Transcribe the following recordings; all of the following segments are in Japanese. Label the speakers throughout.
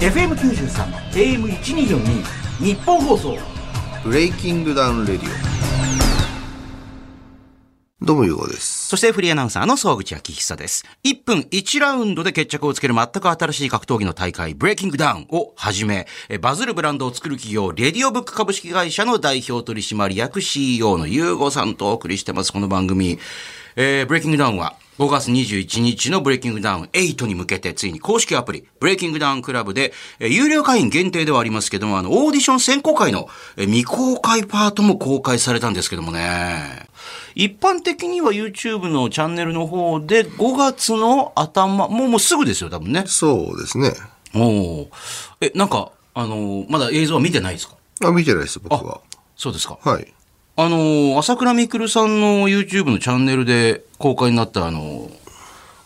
Speaker 1: FM93 AM1242 日本放送
Speaker 2: ブレイキングダウンレディオ。どうも、ゆうごです。
Speaker 3: そしてフリーアナウンサーの総口昭久です。1分1ラウンドで決着をつける全く新しい格闘技の大会、ブレイキングダウンをはじめ、えバズるブランドを作る企業、レディオブック株式会社の代表取締役 CEO のゆうごさんとお送りしてます、この番組。えーブレイキングダウンは、5月21日のブレイキングダウン8に向けて、ついに公式アプリ、ブレイキングダウンクラブで、えー有料会員限定ではありますけども、あの、オーディション選考会の、えー未公開パートも公開されたんですけどもね。一般的には YouTube のチャンネルの方で、5月の頭、もうもうすぐですよ、多分ね。
Speaker 2: そうですね。
Speaker 3: おお。え、なんか、あのーまだ映像は見てないですか
Speaker 2: あ、見てないです、僕は。
Speaker 3: そうですか。
Speaker 2: はい。
Speaker 3: あのー朝倉未来さんの YouTube のチャンネルで公開になった、あのー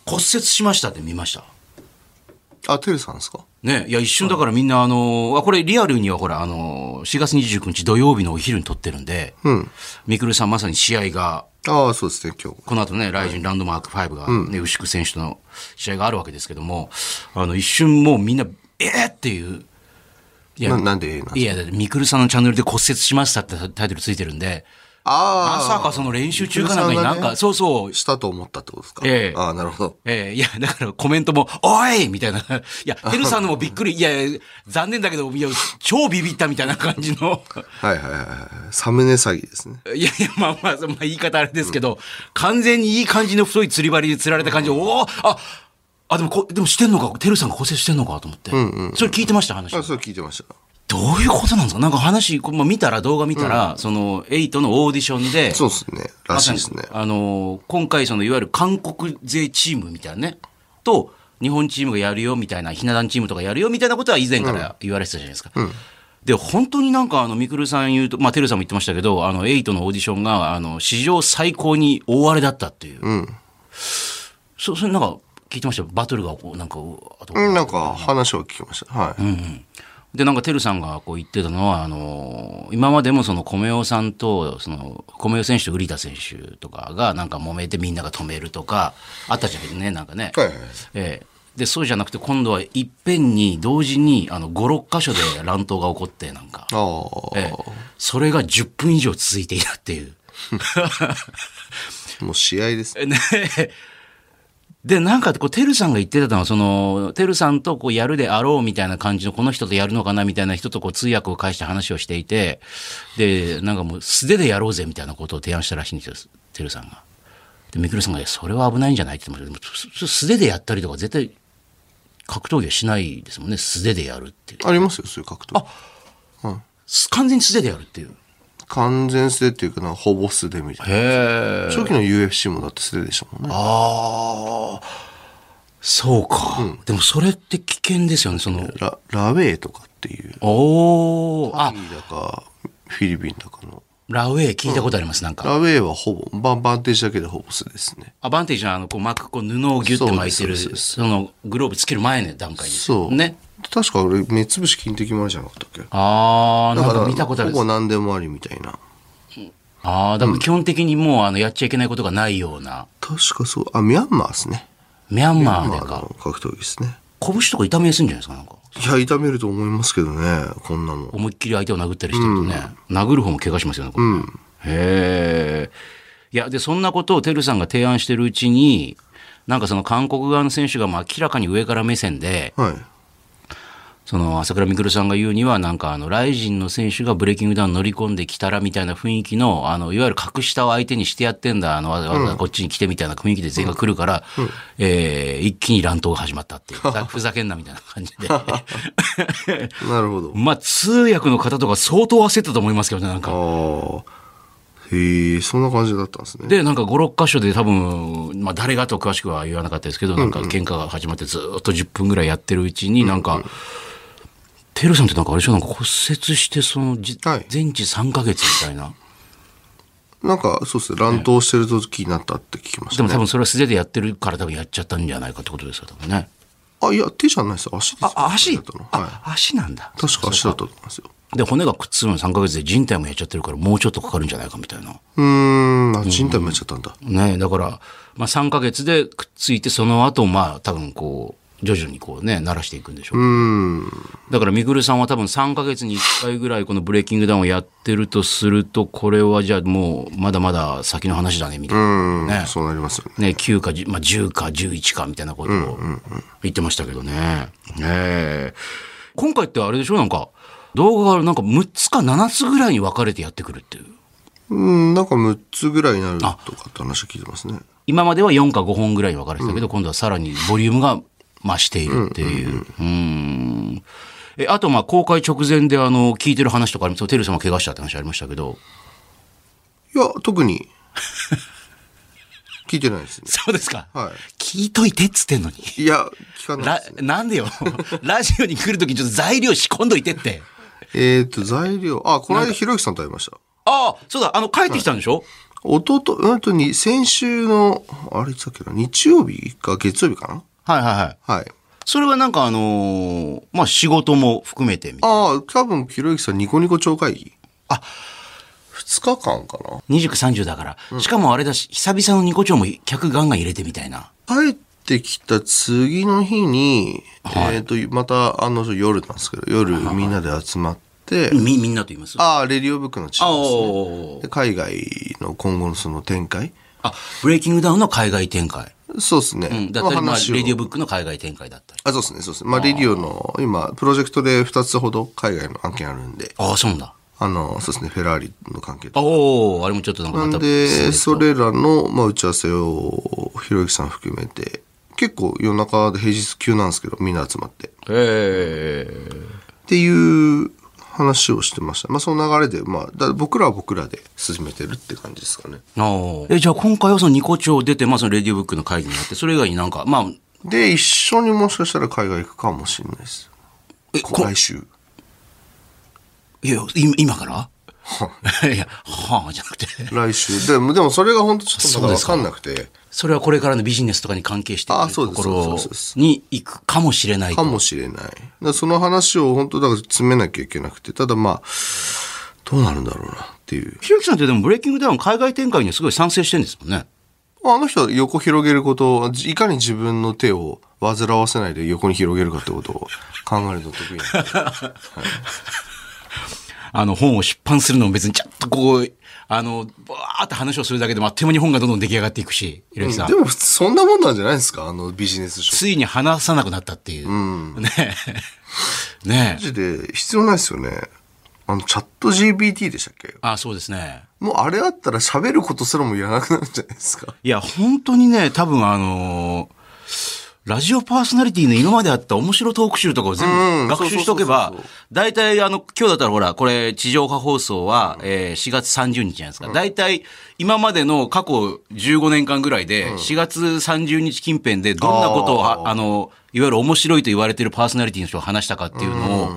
Speaker 3: 骨折しましたって見ました。
Speaker 2: あ、てるさんですか
Speaker 3: ね、いや一瞬だからみんなあのーあこれリアルにはほらあのー4月29日土曜日のお昼に撮ってるんで、
Speaker 2: うん。
Speaker 3: みくるさんまさに試合が
Speaker 2: ああ、そうですね、今日。
Speaker 3: この後ね、ライジンランドマーク5が、ね、牛久選手との試合があるわけですけども、あの、一瞬もうみんな、えー、っていう。い
Speaker 2: ななんでええなん
Speaker 3: いや、だって、ミクルさんのチャンネルで骨折しましたってタイトルついてるんで、ま
Speaker 2: ああ。
Speaker 3: さかその練習中かなんかになんか、そうそう、
Speaker 2: したと思ったってことですか
Speaker 3: ええ
Speaker 2: ああ、なるほど。
Speaker 3: ええいや、だからコメントも、おいみたいな。い や、てるさんのもびっくり。いや、残念だけど、いや、超ビビったみたいな感じの。
Speaker 2: はいはいはいはい。サムネ詐欺ですね。
Speaker 3: いやいや、まあまあ、まあ、言い方あれですけど、完全にいい感じの太い釣り針で釣られた感じ、おおああ、でもこ、でもしてんのか、てるさんが骨折してんのかと思って。それ聞いてました、話。
Speaker 2: あ、そう聞いてました。
Speaker 3: どういうことなんですかなんか話、こうまあ、見たら、動画見たら、その、エイトのオーディションで、
Speaker 2: そうですね。らしいです
Speaker 3: ま。
Speaker 2: ね
Speaker 3: さにあのー今回そのいわゆる韓国勢チームみたいなねと日本チームがやるよみたいなひな壇チームとかやるよみたいなことは以前から言われてたじゃないですか。で本当になんかあのみくるさん言うとまあテルさんも言ってましたけどあのエイトのオーディションがあの史上最高に大荒れだったっていう。そそれなんか聞いてましたバトルがこうなんかあと
Speaker 2: うん、なんか話を聞きました。はい。
Speaker 3: でなんかてるさんがこう言ってたのはあの今までもその米尾さんとその米尾選手と瓜田選手とかがなんか揉めてみんなが止めるとかあったじゃんねなんかね、
Speaker 2: はいはい。
Speaker 3: ええでそうじゃなくて今度はいっぺんに同時にあの56箇所で乱闘が起こってなんか、
Speaker 2: ああ、
Speaker 3: ええそれが10分以上続いていたっていう。
Speaker 2: もう試合です。
Speaker 3: ねで、なんか、こう、てるさんが言ってたのは、その、てるさんと、こう、やるであろうみたいな感じの、この人とやるのかなみたいな人と、こう、通訳を介して話をしていて、で、なんかもう、素手でやろうぜみたいなことを提案したらしいんですよ、てるさんが。で、みくるさんが、いやそれは危ないんじゃないって言ってましたけどす素手でやったりとか、絶対、格闘技はしないですもんね、素手でやるっていう。
Speaker 2: ありますよ、そういう格闘技。
Speaker 3: す完全に素手でやるっていう。
Speaker 2: 完全素手っていうかな、ほぼ素手みたいな。
Speaker 3: へえ。
Speaker 2: 初期の UFC もだって素手でしたもんね。
Speaker 3: ああ。そうか、でも、それって危険ですよね、その。
Speaker 2: ララウェイとかっていう、
Speaker 3: おお、あ
Speaker 2: タイ、だか、フィリピンだかの。
Speaker 3: ラウェイ聞いたことあります、なんか。
Speaker 2: ラウェイはほぼ、バンバンテージだけでほぼ素手ですね。
Speaker 3: アバンテージのあの、こう巻く、こう布をギュッと巻いてる、
Speaker 2: そう
Speaker 3: そ
Speaker 2: です
Speaker 3: の、グローブつける前の段階です。
Speaker 2: そう。
Speaker 3: ね。。
Speaker 2: 確か俺、目つぶし金的もあるじゃなかったっけ
Speaker 3: あー、なんか見たことある
Speaker 2: ほぼ何でもありみたいな。
Speaker 3: あー、だから基本的にもう、あの、やっちゃいけないことがないような、
Speaker 2: 確かそう、あ、ミャンマーですね。
Speaker 3: ミャンマー
Speaker 2: ミ
Speaker 3: で
Speaker 2: ャンマー
Speaker 3: か、
Speaker 2: の格闘技ですね。
Speaker 3: 拳とか痛めやすいんじゃないですか、なんか。
Speaker 2: いや、痛めると思いますけどね、こんなの。
Speaker 3: 思いっきり相手を殴ったりしてるとね、殴る方も怪我しますよね、これねへえ。いや、で、そんなことをテルさんが提案してるうちに、なんかその韓国側の選手がまあ明らかに上から目線で、
Speaker 2: はい。
Speaker 3: その朝倉未来さんが言うには、なんかあの、ライジンの選手がブレイキングダウン乗り込んできたらみたいな雰囲気の、あの、いわゆる格下を相手にしてやってんだ、あの、わざわざこっちに来てみたいな雰囲気で全員が来るから、えー一気に乱闘が始まったっていう、ふざふざけんなみたいな感じで。
Speaker 2: なるほど。
Speaker 3: まあ、通訳の方とか相当焦ったと思いますけどね、なんか。
Speaker 2: ああ。へえ、そんな感じだったんですね。
Speaker 3: で、なんか5、6箇所で多分、まあ誰がと詳しくは言わなかったですけど、なんか喧嘩が始まってずっと10分ぐらいやってるうちに、なんか、テルさんってなんかあれでしょなんか骨折して、そのじ、
Speaker 2: はい
Speaker 3: 全治3ヶ月みたいな。
Speaker 2: なんか、そうですね、乱闘してる時になったって聞きまし
Speaker 3: で
Speaker 2: た
Speaker 3: も多
Speaker 2: ね。
Speaker 3: 分それは素手でやってるから多分やっちゃったんじゃないかってことですよ、多分ね。
Speaker 2: あ、いや、手じゃないです。足ですよ。
Speaker 3: 足
Speaker 2: だったのはい。
Speaker 3: あ、足なんだ。
Speaker 2: 確か足だったと思いますよ。
Speaker 3: で、骨がくっつむの3ヶ月で人体もやっちゃってるからもうちょっとかかるんじゃないかみたいな。
Speaker 2: うーん、あ人体もやっちゃったんだ。
Speaker 3: ねだから、まあ3ヶ月でくっついて、その後、まあ多分こう、徐々にこうね、慣らしていくんでしょう
Speaker 2: うーん。
Speaker 3: だから、みぐるさんは多分3ヶ月に1回ぐらいこのブレイキングダウンをやってるとすると、これはじゃあもう、まだまだ先の話だね、みたいな。
Speaker 2: うん、
Speaker 3: ね
Speaker 2: そうなりますよね。
Speaker 3: ね、9か10、まあ、10か11かみたいなことを言ってましたけどね。ねえ今回ってあれでしょなんか、動画がなんか6つか7つぐらいに分かれてやってくるっていう。
Speaker 2: うん、なんか6つぐらいになるとかって話を聞いてますね。
Speaker 3: 今までは4か5本ぐらいに分かれてたけど、今度はさらにボリュームが増しているっていう。うんえ、あと、まあ、公開直前で、あの、聞いてる話とかありますそうテルさんが怪我したって話ありましたけど。
Speaker 2: いや、特に。 聞いてないですね。
Speaker 3: そうですか。
Speaker 2: は
Speaker 3: 聞いといてっつってんのに。
Speaker 2: い。いや、聞かない
Speaker 3: ら
Speaker 2: ですね。
Speaker 3: なんでよ。 ラジオに来るときちょっと材料仕込んどいてって。
Speaker 2: えっ、と、材料。あ、この間、ひろゆきさんと会いました。
Speaker 3: ああ、そうだ、あの、帰ってきたんでしょ、
Speaker 2: おとと、うんとに、先週の、あれいつだっけな、日曜日か月曜日か
Speaker 3: はい、はいはいはい
Speaker 2: なはい。
Speaker 3: それはなんかあのーまあ、仕事も含めてみたい
Speaker 2: ああ、多分、ひろゆきさん、ニコニコ超会議。あ、2日間かな。
Speaker 3: な。29、30だから。しかもあれだし、久々のニコ町も客ガンガン入れてみたいな。
Speaker 2: 帰ってきた次の日に、えっ、と、また、あの、夜なんですけど、夜、みんなで集まって、
Speaker 3: み、みんなと言います
Speaker 2: ああ、レディオブックのチー
Speaker 3: あ
Speaker 2: ムですね。
Speaker 3: おー
Speaker 2: で海外の今後のその展開
Speaker 3: あ、ブレイキングダウンの海外展開。
Speaker 2: そうですね。
Speaker 3: うん。だったり、
Speaker 2: の
Speaker 3: まあ、
Speaker 2: 話を
Speaker 3: レディオブックの海外展開だったり。
Speaker 2: あ、そうですね、そうですね。まあ、レディオの、今、プロジェクトで2つほど海外の案件あるんで、
Speaker 3: ああ、そうなんだ。
Speaker 2: あの、そうですね、フェラーリの関係とか
Speaker 3: あおーあれもちょっとなんか
Speaker 2: な
Speaker 3: また
Speaker 2: んで、それらの、まあ、打ち合わせを、ひろゆきさん含めて、結構夜中で平日急なんですけど、みんな集まって。っ
Speaker 3: え
Speaker 2: ていう話をしてました。まあ、その流れで、まあ、だ僕らは僕らで進めてるって感じですかね。
Speaker 3: えああえじゃあ今回はそのニコ町出て、まあ、そのレディオブックの会議になってそれ以外になんかまあ
Speaker 2: で、一緒にもしかしたら海外行くかもしれないです。
Speaker 3: えこ
Speaker 2: 来週。
Speaker 3: いや今今から いやはあじゃなくて
Speaker 2: 来週。でも、でもそれが本当ちょっとまだ
Speaker 3: そうで
Speaker 2: わ
Speaker 3: すか
Speaker 2: かんなくて、
Speaker 3: それはこれからのビジネスとかに関係してい
Speaker 2: あ
Speaker 3: る
Speaker 2: そう
Speaker 3: と
Speaker 2: です
Speaker 3: ころ
Speaker 2: そうですそうです
Speaker 3: に行くかもしれない
Speaker 2: か
Speaker 3: と
Speaker 2: もしれない。だからその話を本当、だから詰めなきゃいけなくて、ただまあ、どうなるんだろうなっていう。
Speaker 3: ひろゆきさんってでもブレイキングダウン海外展開にはすごい賛成してるんですもんね
Speaker 2: あの人は横広げることを、いかに自分の手を煩わせないで横に広げるかってことを考えるの得意なの。
Speaker 3: あの本を出版するのも別にちょっとこうあのバーって話をするだけでもあっという間に本がどんどん出来上が っていくしひろゆきさん
Speaker 2: でも、そんなもんなんじゃないですかあのビジネス書。
Speaker 3: ついに話さなくなったっていう。ね え。ね
Speaker 2: マ
Speaker 3: え。
Speaker 2: ジで必要ないですよね。あの、チャット GPT でしたっけ
Speaker 3: あ、そうですね。
Speaker 2: もうあれあったら喋ることすらもやらなくなるんじゃないですか。
Speaker 3: いや、本当にね、多分あのーラジオパーソナリティの今まであった面白トーク集とかを全
Speaker 2: うん
Speaker 3: 部学習しとけば
Speaker 2: そうそうそう、
Speaker 3: 大体あの、今日だったらほら、これ地上波放送は、えー4月30日じゃないですか。大体今までの過去15年間ぐらいで、4月30日近辺でどんなことをは、
Speaker 2: あー
Speaker 3: あの、いわゆる面白いと言われてるパーソナリティの人が話したかっていうのを、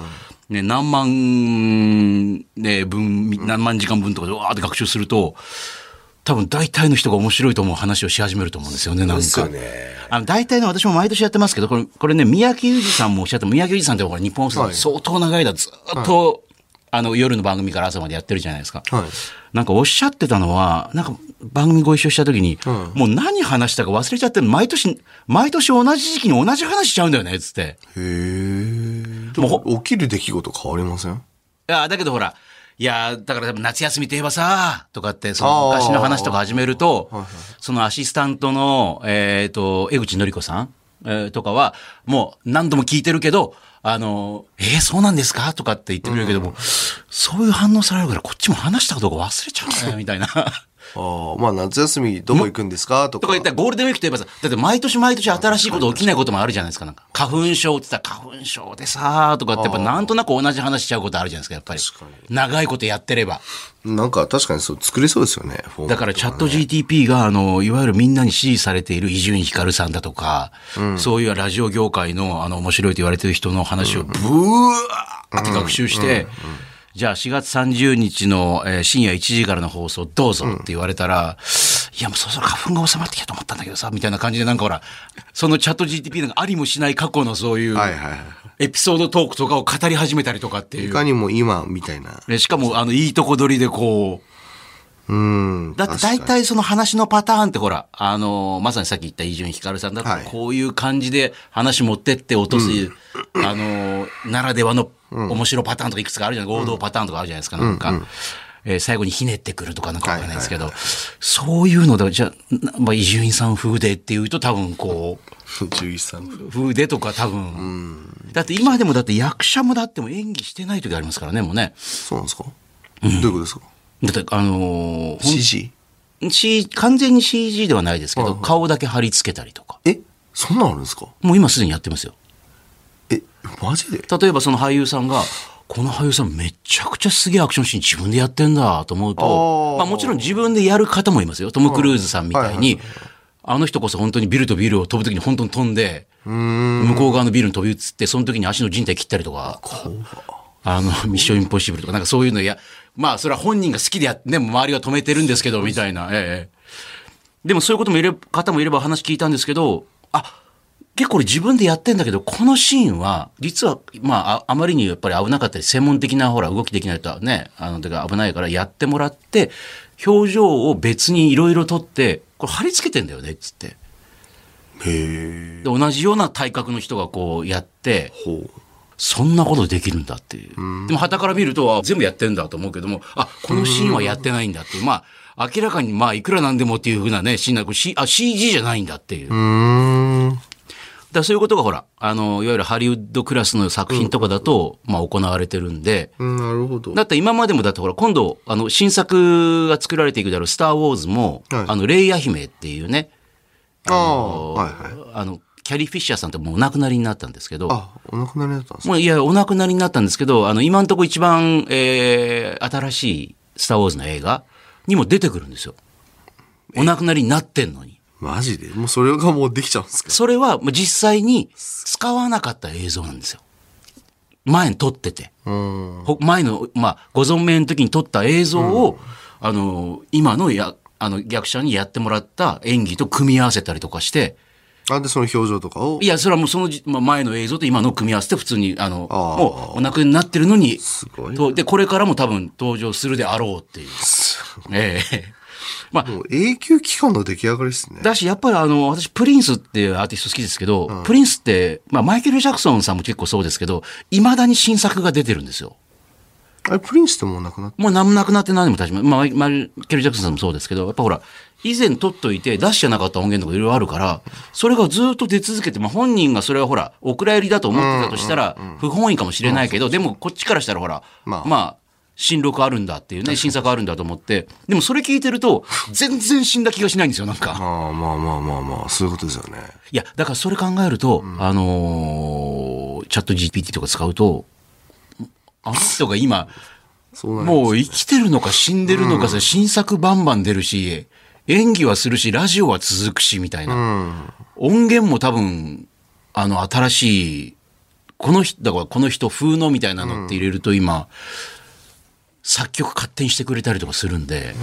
Speaker 3: ね、何万、ね、分、何万時間分とかでわーって学習すると、多分大体の人が面白いと思う話をし始めると思うんですよね、なんか。
Speaker 2: ね。
Speaker 3: あの、大体の私も毎年やってますけど、これ、これね、三宅裕二さんもおっしゃって、三宅裕二さんってほら日本放送
Speaker 2: は
Speaker 3: で
Speaker 2: い
Speaker 3: 相当長い間ずっと、あの、夜の番組から朝までやってるじゃないですか。
Speaker 2: はい。
Speaker 3: なんかおっしゃってたのは、なんか番組ご一緒した時に、
Speaker 2: うん
Speaker 3: もう何話したか忘れちゃってる毎年、毎年同じ時期に同じ話しちゃうんだよね、つって。
Speaker 2: へえ。で
Speaker 3: もほ
Speaker 2: も、起きる出来事変わりません
Speaker 3: いや、だけどほら、いや、だから多分夏休みといえばさ、とかって、そ
Speaker 2: あ
Speaker 3: の
Speaker 2: ー
Speaker 3: 昔の話とか始めると
Speaker 2: はいはい、
Speaker 3: そのアシスタントの、えっ、と、江口のり子さん、えーとかは、もう何度も聞いてるけど、あの、えー、そうなんですかとかって言ってくれるけども、そういう反応されるから、こっちも話したかどうか忘れちゃうんだ よ、みたいな。
Speaker 2: ああ、まあ夏休みどこ行くんですかと
Speaker 3: と
Speaker 2: か。
Speaker 3: か言ったらゴールデンウィークといえばさ、だって毎年毎年新しいこと起きないこともあるじゃないですか。なんか花粉症って言ったら花粉症でさ、とかってやっぱなんとなく同じ話しちゃうことあるじゃないですか、やっぱり。
Speaker 2: か
Speaker 3: 長いことやってれば。
Speaker 2: なんか確かにそう作れそうですよね。フォー
Speaker 3: だ
Speaker 2: マット
Speaker 3: からチャット GTP が、あの、いわゆるみんなに支持されている伊集院光さんだとか、そういうラジオ業界の、あの、面白いと言われてる人の話をブワーって学習して、じゃあ4月30日の、えー深夜1時からの放送どうぞって言われたら、いやもうそろそろ花粉が収まってきたと思ったんだけどさ、みたいな感じでなんかほら、そのチャット GTP なんかありもしない過去のそういう
Speaker 2: はいはいはい。
Speaker 3: エピソードトークとかを語り始めたりとかってい。
Speaker 2: いうかにも今みたいな。
Speaker 3: ねしかも、あの、いいとこ取りでこう、
Speaker 2: うん。
Speaker 3: だって大
Speaker 2: 確かに。
Speaker 3: 体その話のパターンってほら、あのーまさにさっき言った伊集院光さんだ
Speaker 2: は
Speaker 3: と
Speaker 2: い
Speaker 3: こういう感じで話持ってって落とす、あのーならではの面白パターンとかいくつかあるじゃない、合同パターンとかあるじゃないですか、なんか。えー最後にひねってくるとかなんかわかんないですけど、そういうので、じゃあ、なまあ、伊集院さん風でっていうと多分こう、
Speaker 2: 11さん分。
Speaker 3: 風でとか多分、だって今でもだって役者もだっても演技してない時ありますからね、もうね。
Speaker 2: そうなんですかどういうことですか
Speaker 3: だってあのー
Speaker 2: ?CG?
Speaker 3: C 完全に CG ではないですけど、顔だけ貼り付けたりとか。
Speaker 2: えそんなんあるんですか
Speaker 3: もう今すでにやってますよ。
Speaker 2: え、マジで
Speaker 3: 例えばその俳優さんが、この俳優さんめちゃくちゃすげえアクションシーン自分でやってんだと思うと
Speaker 2: あ、ー
Speaker 3: まあもちろん自分でやる方もいますよ。トム・クルーズさんみたいに、あの人こそ本当にビルとビルを飛ぶ時に本当に飛んで、向こう側のビルに飛び移って、その時に足の靭帯切ったりとか、あの、ミッションインポッシブルとか、なんかそういうのや、まあそれは本人が好きでやって、でも周りは止めてるんですけど、みたいな。ええ。でもそういうこともいれ方もいれば話聞いたんですけど、あ、結構これ自分でやってんだけど、このシーンは、実は、まあ、ああまりにやっぱり危なかったり、専門的なほら、動きできないとはね、あの、てか危ないからやってもらって、表情を別にいろいろ撮って、これ貼り付けてんだよね、っつって。
Speaker 2: へえ。
Speaker 3: で、同じような体格の人がこうやって、
Speaker 2: ほう。
Speaker 3: そんなことできるんだっていう。でも、旗から見ると、あ全部やってんだと思うけども、あ、このシーンはやってないんだっていう。まあ、明らかに、まあ、いくらなんでもっていうふうなね、シーンなこれ C、あ、CG じゃないんだっていう。
Speaker 2: うーん。
Speaker 3: だからそういうことがほら、あの、いわゆるハリウッドクラスの作品とかだと、まあ行われてるんで、
Speaker 2: うんなるほど。
Speaker 3: だって今までもだってほら、今度、あの、新作が作られていくであるスター・ウォーズも、
Speaker 2: はい
Speaker 3: あの、レイヤ姫っていうね、
Speaker 2: ああ、はいはい。
Speaker 3: あの、キャリー・フィッシャーさんってもうお亡くなりになったんですけど、
Speaker 2: あ、お亡くなりだったんですか
Speaker 3: もういや、お亡くなりになったんですけど、あの、今のところ一番、えー、新しいスター・ウォーズの映画にも出てくるんですよ。お亡くなりになってんのに。
Speaker 2: マジでもうそれがもうできちゃうんですか
Speaker 3: それはまあ実際に使わなかった映像なんですよ。前に撮ってて。
Speaker 2: うん。
Speaker 3: ほ前の、まあ、ご存命の時に撮った映像を、あの、今のや、あの、役者にやってもらった演技と組み合わせたりとかして、
Speaker 2: なんでその表情とかを
Speaker 3: いや、それはもうそのじ、まあ、前の映像と今の組み合わせて普通に、あの、
Speaker 2: あー
Speaker 3: もうお亡くなりになってるのに、
Speaker 2: すごいな。
Speaker 3: とで、これからも多分登場するであろうっていう。ええまあ、
Speaker 2: もう永久期間の出来上がりですね。
Speaker 3: だし、やっぱりあの、私、プリンスっていうアーティスト好きですけど、プリンスって、まあ、マイケル・ジャクソンさんも結構そうですけど、未だに新作が出てるんですよ。
Speaker 2: あれ、プリンスってもうなくなった。
Speaker 3: もう何もなくなって何年も経ちままあ、マイケル・ジャクソンさんもそうですけど、やっぱほら、以前撮っといて出してなかった音源とかいろいろあるから、それがずっと出続けて、まあ本人がそれはほら、お蔵入りだと思ってたとしたら、不本意かもしれないけど、でもこっちからしたらほら、ま
Speaker 2: ま
Speaker 3: あ、
Speaker 2: あ
Speaker 3: 新録あるんだっていうね、新作あるんだと思って、でもそれ聞いてると、全然死んだ気がしないんですよ、なんか。
Speaker 2: まあまあまあまあまあ、そういうことですよね。
Speaker 3: いや、だからそれ考えると、あのーチャット GPT とか使うと、あの人が今、
Speaker 2: そうなん
Speaker 3: もう生きてるのか死んでるのかさ、新作バンバン出るし、演技はするし、ラジオは続くし、みたいな。
Speaker 2: うん。
Speaker 3: 音源も多分、あの、新しい、この人、だからこの人風のみたいなのって入れると今、作曲勝手にしてくれたりとかするんで、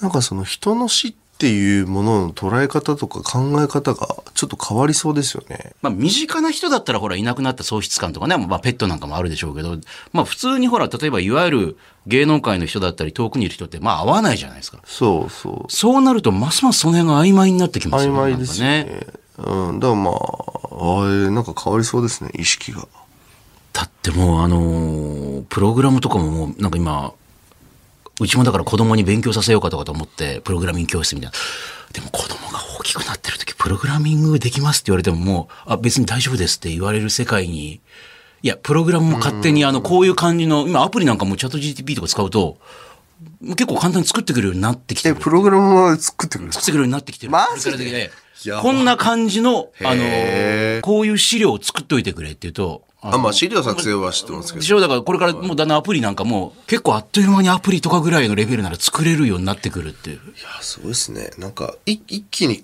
Speaker 2: なんかその人の死っていうものの捉え方とか考え方がちょっと変わりそうですよね。
Speaker 3: まあ、身近な人だったらほら、いなくなった喪失感とかね、まあ、ペットなんかもあるでしょうけど、まあ、普通にほら、例えば、いわゆる芸能界の人だったり、遠くにいる人って、まあ、会わないじゃないですか。
Speaker 2: そうそう。
Speaker 3: そうなると、ますますその辺が曖昧になってきます
Speaker 2: 曖
Speaker 3: よね。
Speaker 2: 昧ですよ
Speaker 3: な
Speaker 2: ね
Speaker 3: んか。
Speaker 2: うん。だからまあ、あれ、なんか変わりそうですね、意識が。
Speaker 3: だってもう、あのープログラムとかももう、なんか今、うちもだから子供に勉強させようかとかと思って、プログラミング教室みたいな。でも子供が大きくなってる時、プログラミングできますって言われてももう、あ、別に大丈夫ですって言われる世界に、いや、プログラムも勝手にあの、こういう感じの、今アプリなんかもチャット GTP とか使うと、もう結構簡単に作ってくれるようになってきて
Speaker 2: え、
Speaker 3: る。
Speaker 2: プログラムまで作ってくれるんです
Speaker 3: 作ってくれるようになってきてる。
Speaker 2: マジで
Speaker 3: それだけ
Speaker 2: やば
Speaker 3: こんな感じの、あのー、
Speaker 2: へ
Speaker 3: こういう資料を作っといてくれって言うと、
Speaker 2: かあ、まあ、資料作成は知ってますけ
Speaker 3: で
Speaker 2: ど。
Speaker 3: しょだからこれからもうだんだんアプリなんかも結構あっという間にアプリとかぐらいのレベルなら作れるようになってくるっていう。
Speaker 2: いや、すごいですね。なんか、い一気に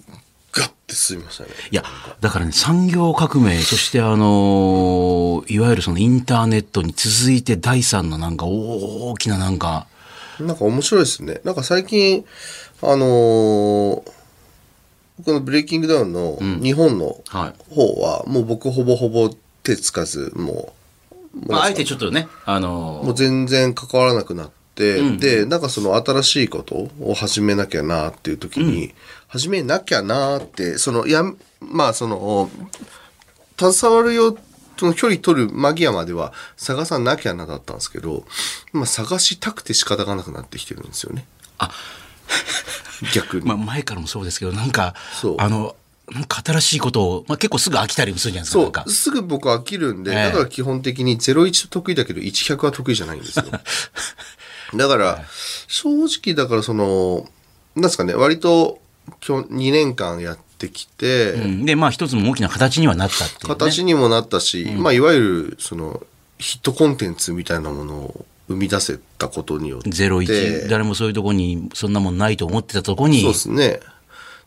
Speaker 2: ガッて進みましたね。
Speaker 3: いや、だからね、産業革命、そしてあのーいわゆるそのインターネットに続いて第三のなんか大きななんか、
Speaker 2: なんか面白いですね。なんか最近、あのーこのブレイキングダウンの日本の
Speaker 3: は
Speaker 2: 方は、もう僕ほぼほぼ手つかず、もう、
Speaker 3: まあ、あえてちょっとね、あの
Speaker 2: もう全然関わらなくなっって、でなんかその新しいことを始めなきゃなっていう時に、始めなきゃなってそのやんまあその携わるよその距離取る間際までは探さなきゃなだったんですけど今探したくて仕方がなくなってきてるんですよね
Speaker 3: あ
Speaker 2: 逆に。
Speaker 3: まあ、前からもそうですけど、なんか
Speaker 2: そう、
Speaker 3: あの、なんか新しいことを、まあ、結構すぐ飽きたりもするじゃないですか。
Speaker 2: そ
Speaker 3: なんか
Speaker 2: う、すぐ僕飽きるんで、
Speaker 3: ええ
Speaker 2: だから基本的に01得意だけど1100は得意じゃないんですよ。 だから、正直だからその、なんですかね、割と今日2年間やってきて、
Speaker 3: うんで、まあ、一つの大きな形にはなったっていう、ね。
Speaker 2: 形にもなったし、まあいわゆるそのヒットコンテンツみたいなものを生み出せたことによって。
Speaker 3: ゼロ一誰もそういうとこに、そんなもんないと思ってたとこに、
Speaker 2: そうですね。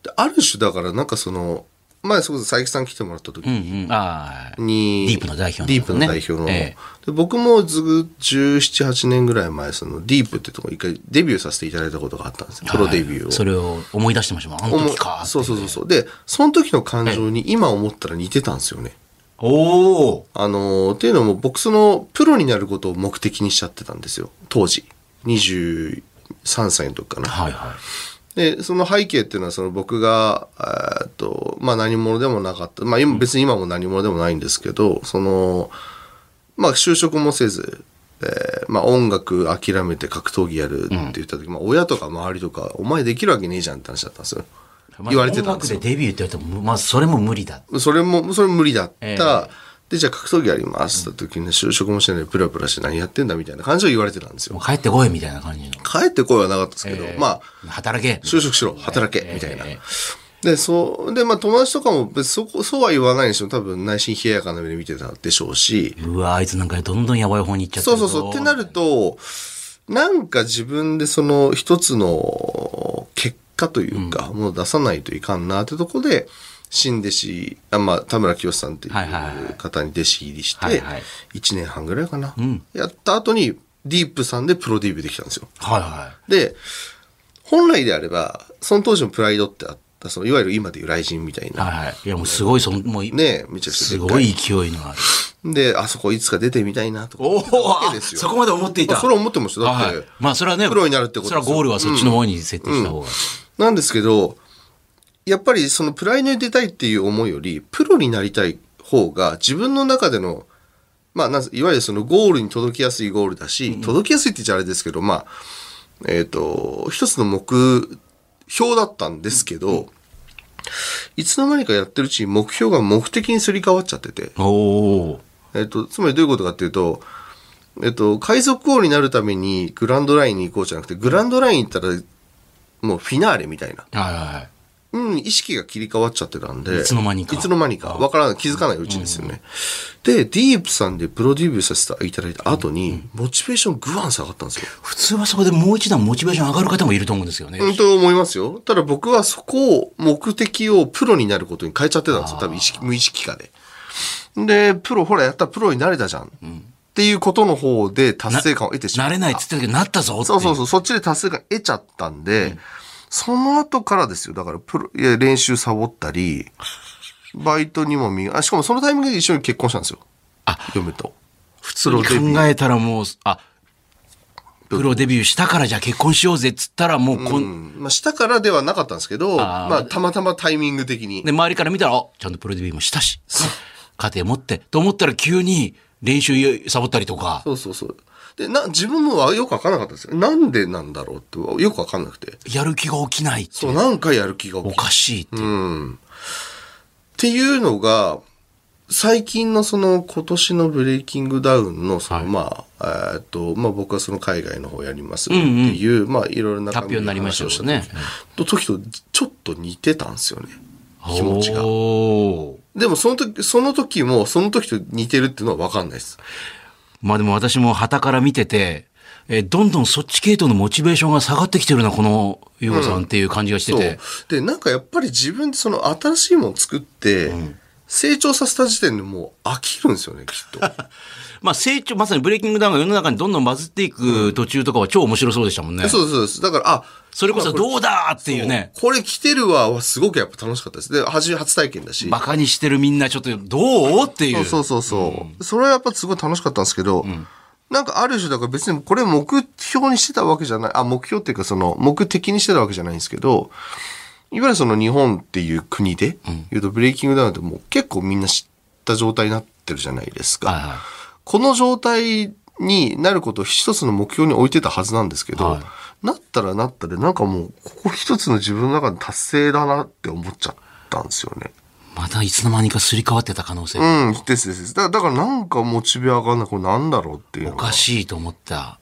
Speaker 2: である種だからなんかその、前そこそ佐伯さん来てもらった時
Speaker 3: うんうん、ああ、
Speaker 2: に
Speaker 3: ディープの代表の
Speaker 2: ディープの代表の、
Speaker 3: え
Speaker 2: で僕もずっ1718年ぐらい前そのディープってとこ一回デビューさせていただいたことがあったんですよプロデビューを、
Speaker 3: はいそれを思い出してましたもん。あの
Speaker 2: 思う
Speaker 3: 時か。
Speaker 2: そうそうそうそうでその時の感情に今思ったら似てたんですよね、
Speaker 3: おお
Speaker 2: あのーっていうのも僕そのプロになることを目的にしちゃってたんですよ当時23歳の時かな、
Speaker 3: はいは
Speaker 2: でその背景っていうのはその僕がえーっと、まあ、何者でもなかった、まあ、今別に今も何者でもないんですけどその、まあ、就職もせず、えーまあ、音楽諦めて格闘技やるって言った時、まあ、親とか周りとか「お前できるわけねえじゃん」って話だったんですよ。
Speaker 3: い。
Speaker 2: 言われてたんですよ
Speaker 3: 音楽でデビューって言われても、まあ、それも無理だ。
Speaker 2: それも、それ無理だった。
Speaker 3: え
Speaker 2: で、じゃあ格闘技やりますって時に、就職もしてないでプラプラして何やってんだみたいな感じを言われてたんです
Speaker 3: も
Speaker 2: よ
Speaker 3: う。帰ってこいみたいな感じの。
Speaker 2: 帰って声はなかったですけど、
Speaker 3: ええ
Speaker 2: まあ、
Speaker 3: 働け。
Speaker 2: 就職しろ、働け、
Speaker 3: ええ
Speaker 2: みたいな
Speaker 3: ええ。
Speaker 2: で、そう、で、まあ友達とかも別にそこ、そうは言わないにしても多分内心冷やかな目で見てたでしょうし、
Speaker 3: うわ、あいつなんかどんどんやばい方に行っちゃって
Speaker 2: そう
Speaker 3: る
Speaker 2: そ
Speaker 3: ぞ
Speaker 2: うそう、ってなると、なんか自分でその一つの結果というか、ものを出さないといかんなってとこで、新弟子、あまあ、田村清さんってい
Speaker 3: はいはいはいう
Speaker 2: 方に弟子入りし
Speaker 3: はい
Speaker 2: て
Speaker 3: はい、
Speaker 2: 1年半ぐらいかな。やった後に、ディープさんでプロデビューできたんですよ。
Speaker 3: はいは
Speaker 2: で、本来であれば、その当時のプライドってあった、そのいわゆる今でいう雷神みたい
Speaker 3: い。
Speaker 2: な、
Speaker 3: はいはい。いや、もうすごい、そんもう、
Speaker 2: ねえ、めちゃくち
Speaker 3: す
Speaker 2: ゃでっ
Speaker 3: ご
Speaker 2: かい。
Speaker 3: い勢いのある。
Speaker 2: で、あそこいつか出てみたいなとか。
Speaker 3: おお
Speaker 2: わけですよ
Speaker 3: そこまで思ってい
Speaker 2: ま
Speaker 3: た。
Speaker 2: あそれは思ってました。だって、
Speaker 3: はいまあ、それはね、
Speaker 2: プロになるってこと
Speaker 3: それはゴールはそっちの方に設定した方が。
Speaker 2: なんですけど、やっぱりそのプライドに出たいっていう思いより、プロになりたい方が自分の中での、まあ、なんせいわゆるそのゴールに届きやすいゴールだし、届きやすいって言っちゃあれですけど、まあ、えっ、と、一つの目標だったんですけど、いつの間にかやってるうちに目標が目的にすり替わっちゃってて、
Speaker 3: おお
Speaker 2: えっと、つまりどういうことかっていうと、えっと、海賊王になるためにグランドラインに行こうじゃなくて、グランドライン行ったら、もうフィナーレみたいな。
Speaker 3: はいはいはい。
Speaker 2: うん、意識が切り替わっちゃってたんで。
Speaker 3: いつの間にか
Speaker 2: いつの間にか。わからない。気づかないうちですよね。で、ディープさんでプロデビューさせていただいた後に、モチベーショングワン下がったんですよ。
Speaker 3: 普通はそこでもう一段モチベーション上がる方もいると思うんですよね。
Speaker 2: うん、と思いますよ。ただ僕はそこを、目的をプロになることに変えちゃってたんですよ。多分意識、無意識化で。で、プロ、ほら、やったらプロになれたじゃん。っていうことの方で達成感を得てしま
Speaker 3: な
Speaker 2: った。
Speaker 3: れないっつってたけど、なったぞってい
Speaker 2: そうそう
Speaker 3: う。
Speaker 2: そう、そっちで達成感得ちゃったんで、その後からですよ、だからプロ、いや練習サボったり、バイトにもみあ、しかもそのタイミングで一緒に結婚したんですよ。
Speaker 3: あ
Speaker 2: 嫁と。
Speaker 3: 普通に考えたらもう、あ、プロデビューしたからじゃあ結婚しようぜっつったらもうこん、
Speaker 2: うん。まあ、したからではなかったんですけど、
Speaker 3: あー
Speaker 2: まあ、たまたまタイミング的に。
Speaker 3: で、周りから見たら、あ、ちゃんとプロデビューもしたし、家庭持って、と思ったら急に練習サボったりとか、
Speaker 2: そうそうそう。で、な、自分もはよくわからなかったんですよ。なんでなんだろうって、よくわかんなくて。
Speaker 3: やる気が起きないって
Speaker 2: そう、なんかやる気が起
Speaker 3: お
Speaker 2: きて。
Speaker 3: かしいっていう。
Speaker 2: うん。っていうのが、最近のその今年のブレイキングダウンのその、まあ、えーっと、まあ僕はその海外の方やりますっていう、まあいろいろな
Speaker 3: 発表になりましたよね。
Speaker 2: の時とちょっと似てたんですよね。気持ちが。
Speaker 3: おー
Speaker 2: でもその時、その時もその時と似てるっていうのは分かんないです。
Speaker 3: まあでも私も旗から見てて、えーどんどんそっち系統のモチベーションが下がってきてるな、この優子さんっていう感じがして
Speaker 2: そう
Speaker 3: て。。
Speaker 2: で、なんかやっぱり自分でその新しいものを作って、成長させた時点でもう飽きるんですよね、きっ と。
Speaker 3: まあ成長、まさにブレイキングダウンが世の中にどんどんバズっていく途中とかは超面白そうでしたもんね。
Speaker 2: そうそうそう。だから、あ、
Speaker 3: それこそどうだーっていうね。
Speaker 2: これ来てるわはすごくやっぱ楽しかったです。で、初初体験だし。
Speaker 3: バカにしてるみんなちょっとどうっていう。
Speaker 2: そうそうそうそう。それはやっぱすごい楽しかったんですけど、なんかある種だから別にこれ目標にしてたわけじゃない、あ、目標っていうかその目的にしてたわけじゃないんですけど、いわゆるその日本っていう国で言うとブレイキングダウンってもう結構みんな知った状態になってるじゃないですか。
Speaker 3: はいはい
Speaker 2: この状態になることを一つの目標に置いてたはずなんですけど、
Speaker 3: は
Speaker 2: なったらなったでなんかもうここ一つの自分の中の達成だなって思っちゃったんですよね。
Speaker 3: またいつの間にかすり替わってた可能性、
Speaker 2: うん、ですですです。だだからなんかモチベ上がんない、これなんだろうっていうの
Speaker 3: お
Speaker 2: が
Speaker 3: かしいと思った。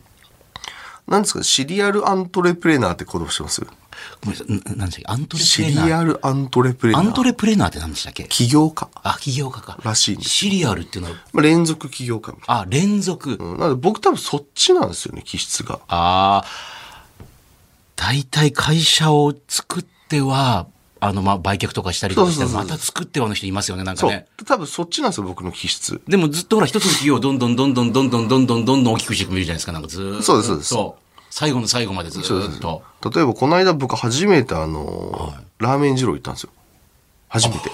Speaker 2: なんですかシリアルアントレプレナーって言葉してます
Speaker 3: ごめんなさいん、なんでしたっけアントレプ
Speaker 2: シ
Speaker 3: レ
Speaker 2: リ
Speaker 3: ナー。
Speaker 2: アルアントレプレナ
Speaker 3: ア
Speaker 2: ー。
Speaker 3: ントレプレナーって何でしたっけ
Speaker 2: 起業家。
Speaker 3: あ、起業家か。
Speaker 2: らしいんです
Speaker 3: シリアルっていうのは、
Speaker 2: まあ、連続起業家みたい
Speaker 3: あ、連続。
Speaker 2: な。うん、なので僕多分そっちなんですよね、気質が。
Speaker 3: ああ、大体会社を作っては、あの、まあ、売却とかしたりとかして、
Speaker 2: そうそうそ
Speaker 3: また
Speaker 2: う
Speaker 3: 作ってはの人いますよね、なんか
Speaker 2: そ
Speaker 3: ね
Speaker 2: う。。多分そっちなんですよ、僕の気質。
Speaker 3: でもずっとほら、一つの企業をどんどんどんどんどんどんどんどんどんどん大きくしていくるじゃないですか、なんかずーっと。
Speaker 2: そうですそうです
Speaker 3: う最後の最後までずーっと。
Speaker 2: 例えばこの間僕初めてあのーラーメン二郎行ったんですよ。初めて。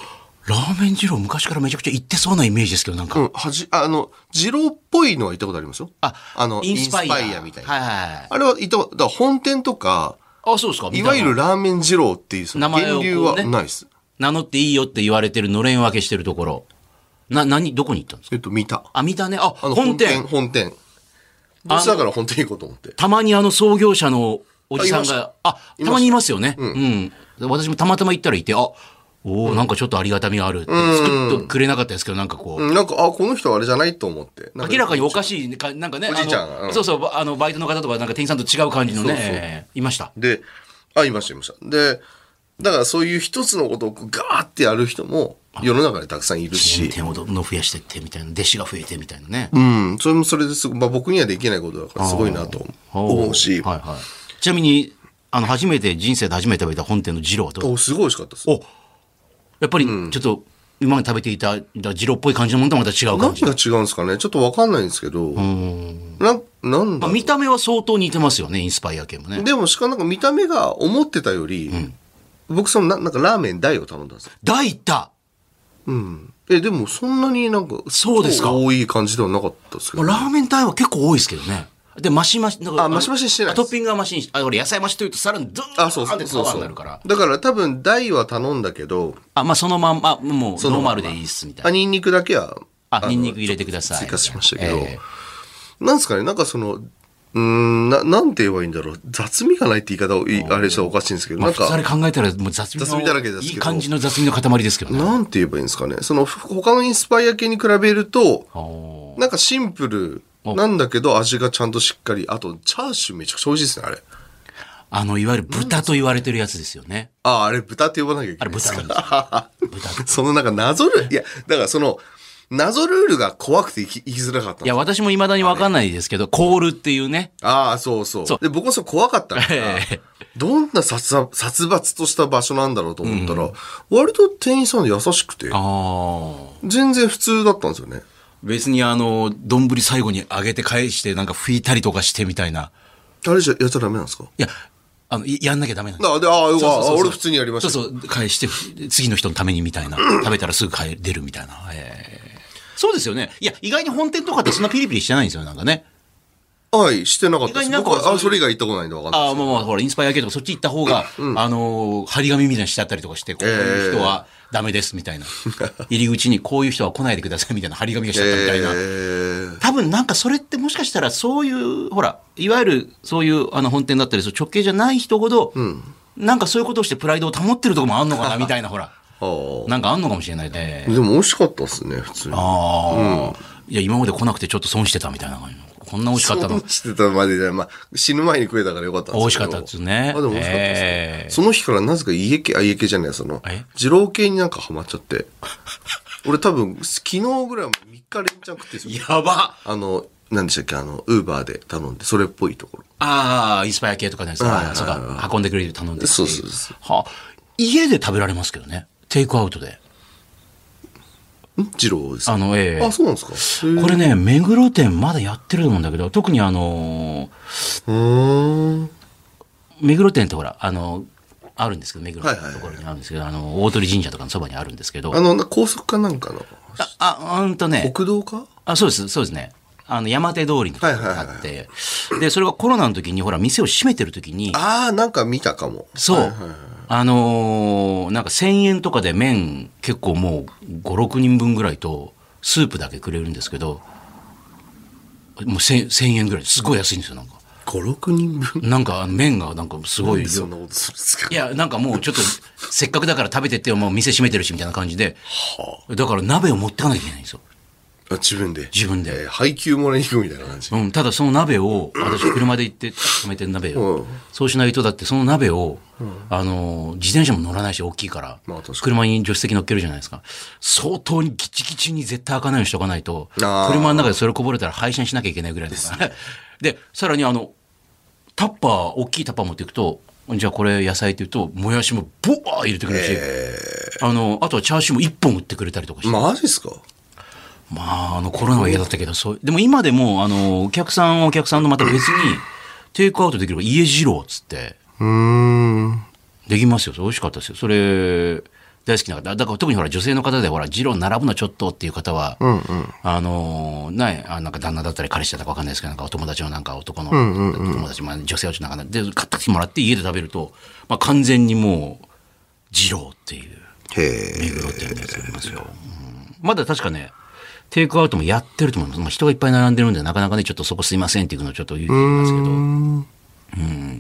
Speaker 3: ラーメン二郎昔からめちゃくちゃ行ってそうなイメージですけど、なんか。
Speaker 2: うん、はじ、あの、二郎っぽいのは行ったことありますよ。
Speaker 3: あ、
Speaker 2: あの、インスパイアみたいな。
Speaker 3: はいはいはい。
Speaker 2: あれは行ったこと、だから本店とか、
Speaker 3: あ、そうですか。みた
Speaker 2: いわゆるラーメン二郎っていうその
Speaker 3: 名前をこう
Speaker 2: 源
Speaker 3: ね
Speaker 2: 流はないです。
Speaker 3: 名乗っていいよって言われてるのれん分けしてるところ。な、何、どこに行ったんですか
Speaker 2: えっと、見た。
Speaker 3: あ、見たね。あ、
Speaker 2: あの
Speaker 3: 本店。
Speaker 2: 本店。どうせだから本店行こうと思って。
Speaker 3: たまにあの創業者のおじさん
Speaker 2: あいまし
Speaker 3: が、あ、たまにいますよね。うん。私もたまたま行ったらいて、あ、おーなんかちょっとありがたみがあるって、作ってくれなかったですけど、なんかこう。
Speaker 2: うん、なんか、あ、この人はあれじゃないと思って。なん
Speaker 3: 明らかにおかしいね、かなんかね。
Speaker 2: おじいちゃん
Speaker 3: あの
Speaker 2: うん
Speaker 3: そうそう、ばあの、バイトの方とか、なんか店員さんと違う感じのね、
Speaker 2: そうそう
Speaker 3: いました。
Speaker 2: で、あ、いました、いました。で、だからそういう一つのことをこうガーってやる人も世の中でたくさんいるし、
Speaker 3: 点をどんどん増やしてって、みたいな。弟子が増えて、みたいなね。
Speaker 2: うん、それもそれですごい、まあ僕にはできないことだからすごいなと思うし、
Speaker 3: はいはい。ちなみに、あの、初めて、人生で初めて食べた本店の二郎はどう
Speaker 2: おすごい美味しかったです。
Speaker 3: おやっぱり、ちょっと、今まで食べていた、二郎っぽい感じのものとはまた違う感
Speaker 2: 何
Speaker 3: じ。
Speaker 2: が違うんですかねちょっとわかんないんですけど、な、なん
Speaker 3: ま
Speaker 2: だ
Speaker 3: あ、
Speaker 2: ろう
Speaker 3: 見た目は相当似てますよね、インスパイア系もね。
Speaker 2: でもしかもなんか見た目が思ってたより、僕そのな、なんかラーメン大を頼んだんですよ。
Speaker 3: 大行った
Speaker 2: うん。え、でもそんなになんか、
Speaker 3: そうですか
Speaker 2: 多い感じではなかったですけ
Speaker 3: ま
Speaker 2: ど
Speaker 3: あ。ラーメン大は結構多いですけどね。で、マシマシ、なんか
Speaker 2: あマシマシしてない
Speaker 3: あトッピングはマシにし、あ、俺野菜マシというとさらにドーン
Speaker 2: あ、そう
Speaker 3: っ
Speaker 2: そ
Speaker 3: て
Speaker 2: う
Speaker 3: パ
Speaker 2: そう
Speaker 3: ワー
Speaker 2: そ
Speaker 3: にな
Speaker 2: う
Speaker 3: るから。
Speaker 2: だから多分大は頼んだけど、
Speaker 3: あ、まあそのまんま、もう
Speaker 2: その
Speaker 3: ノー
Speaker 2: ま
Speaker 3: マ
Speaker 2: んま
Speaker 3: ルでいいっす、みた
Speaker 2: あ
Speaker 3: いな。
Speaker 2: ニンニクだけは
Speaker 3: あ、ニンニク入れてください。
Speaker 2: 追加しましたけど、
Speaker 3: ええ
Speaker 2: なんですかねなんかそのうーんななんて言えばいいんだろう雑味がないって言い方をいあれしたらおかしいんですけど
Speaker 3: まあ、
Speaker 2: なん
Speaker 3: 普通あれ
Speaker 2: か
Speaker 3: 考えたらもう雑味の
Speaker 2: 雑味だらけですけど
Speaker 3: いい感じの雑味の塊ですけどね。
Speaker 2: なんて言えばいいんですかねそのふ他のインスパイア系に比べると
Speaker 3: おー
Speaker 2: なんかシンプルなんだけど味がちゃんとしっかりあとチャーシューめちゃくちゃ美味しいですねあれ
Speaker 3: あの、いわゆる豚と言われてるやつですよね。
Speaker 2: あああれ豚って呼ばなきゃいけ
Speaker 3: あ
Speaker 2: な
Speaker 3: れ
Speaker 2: いで
Speaker 3: 豚
Speaker 2: す
Speaker 3: なん
Speaker 2: か
Speaker 3: ですよ。豚。
Speaker 2: そのなんか謎ルールいやだからその謎ルールが怖くて生き生きづらかったんです
Speaker 3: いや、私も未だにわかんないですけど、コールっていうね。
Speaker 2: ああ、そうそう。
Speaker 3: そう
Speaker 2: で、僕はそれ怖かったから
Speaker 3: ええ、
Speaker 2: どんな殺伐殺伐とした場所なんだろうと思ったら、割と店員さん優しくて、
Speaker 3: ああ。
Speaker 2: 全然普通だったんですよね。
Speaker 3: 別にあの、丼最後に上げて返して、なんか拭いたりとかしてみたいな。
Speaker 2: あれじゃやっちゃダメなんですか
Speaker 3: いや、あの、いやんなきゃダメなんです
Speaker 2: あで、ああ、
Speaker 3: そ
Speaker 2: う
Speaker 3: うそう
Speaker 2: わ
Speaker 3: そう
Speaker 2: あ俺普通にやりました。
Speaker 3: そうそう、返して、ふ次の人のためにみたい な。食べたらすぐ帰出るみたいな。えーそうですよね。いや、意外に本店とかってそんなピリピリしてないんですよ、なんかね。
Speaker 2: はい、してなかったで
Speaker 3: 意外
Speaker 2: す。
Speaker 3: になんか
Speaker 2: 僕は、あ、
Speaker 3: そ
Speaker 2: そ
Speaker 3: い
Speaker 2: う
Speaker 3: う
Speaker 2: れ以外行ったことないんでわかんない
Speaker 3: あ
Speaker 2: で
Speaker 3: あ、
Speaker 2: す。
Speaker 3: まあまあ、ほら、インスパイア系とかそっち行った方が、あのー、張り紙みたいなのしてあったりとかして、こういう人はダメですみたいな。入り口にこういう人は来ないでくださいみたいな張り紙がしてあったみたいな。
Speaker 2: ええ
Speaker 3: 多分なんかそれってもしかしたらそういうほらいわゆるそういうあの本店だったりそう直系じゃない人ほど、なんかそういうことをしてプライドを保ってるとこもあんの かなみたいなほら
Speaker 2: あ
Speaker 3: なんかあんのかもしれないね
Speaker 2: あ。でも美味しかったですね、普通に。
Speaker 3: ああ、いや今まで来なくてちょっと損してたみたいな感じのこんな美味しかったの
Speaker 2: 損してたまでじゃないまあ、死ぬ前に食えたからよかったんですけど
Speaker 3: 美味しかったですね
Speaker 2: あ、でも美味しかったですね。
Speaker 3: えー
Speaker 2: その日からなぜか家系、あ、家系じゃない、その
Speaker 3: え、
Speaker 2: 二郎系になんかハマっちゃって。俺多分、昨日ぐらいも3日連チャン食ってるんですよ
Speaker 3: やば
Speaker 2: あの、なんでしたっけ、あの、ウーバーで頼んで、それっぽいところ。
Speaker 3: ああインスパイア系とかです
Speaker 2: はいはい
Speaker 3: か
Speaker 2: はい
Speaker 3: そうか運んでくれる頼んで
Speaker 2: そうそうそう
Speaker 3: は家で食べられますけどねテイクアウトで
Speaker 2: ん二郎ですか
Speaker 3: あのええ
Speaker 2: あ、そうなんですか。へー
Speaker 3: これね目黒店まだやってると思うんだけど特にあのー
Speaker 2: うーん。
Speaker 3: 目黒店ってほらあのあるんですけど目黒
Speaker 2: はい
Speaker 3: の
Speaker 2: はいはい
Speaker 3: ところにあるんですけど、あの大鳥神社とかのそばにあるんですけど
Speaker 2: あの、な高速かなんかの
Speaker 3: ああうんとね
Speaker 2: 国道か
Speaker 3: あそうですそうですねあの山手通りのところにあって、でそれがコロナの時にほら店を閉めてる時に
Speaker 2: ああなんか見たかも
Speaker 3: そう、あのーなんか1,000円とかで麺結構もう56人分ぐらいとスープだけくれるんですけどもう 1,000, 1000円ぐらいすごい安いんですよなんか
Speaker 2: 56人分
Speaker 3: なんかあの麺がなんかすごい
Speaker 2: そんなことするんですか
Speaker 3: いや、なんかもうちょっと、せっかくだから食べてってよ、もう店閉めてるし、みたいな感じで。だから鍋を持ってかなきゃいけないんですよ。
Speaker 2: あ自分で
Speaker 3: 自分
Speaker 2: え
Speaker 3: で
Speaker 2: ー。配給もらいに行くみたいな感じ
Speaker 3: うん、ただその鍋を、私車で行って止めてる鍋
Speaker 2: う
Speaker 3: を
Speaker 2: ん。
Speaker 3: そうしないと、だってその鍋を、あの、自転車も乗らないし、大きいから
Speaker 2: まあ確かに、
Speaker 3: 車に助手席乗っけるじゃないですか。相当にギチギチに絶対開かないようにしとかないと、
Speaker 2: あー
Speaker 3: 車の中でそれこぼれたら配信しなきゃいけないぐらいですから。 で、さらにあの、タッパー、大きいタッパー持っていくと、じゃあこれ野菜って言うと、もやしもボワー入れてくれるし、あの、あとはチャーシューも一本売ってくれたりとかして。
Speaker 2: マジですか
Speaker 3: まあ、あの、コロナは嫌だったけど、そう、でも今でも、あの、お客さんはお客さんのまた別に、テイクアウトできる家二郎っつって、
Speaker 2: うーん
Speaker 3: できますよ。それ美味しかったですよ。それ、大好きな方。だから特にほら、女性の方で、ほら、二郎並ぶのちょっとっていう方は、あの、ない、あなんか旦那だったり彼氏だったかわかんないですけど、なんかお友達のなんか男の、友達、まあ女性はちょっとなんか、で、買ってきてもらって家で食べると、まあ完全にもう、二郎っていう。
Speaker 2: へえ
Speaker 3: 目黒店のやつありますよ、うんまだ確かねテイクアウトもやってると思います、まあ、人がいっぱい並んでるんでなかなかねちょっとそこすいませんっていうのをちょっと言うんですけどうん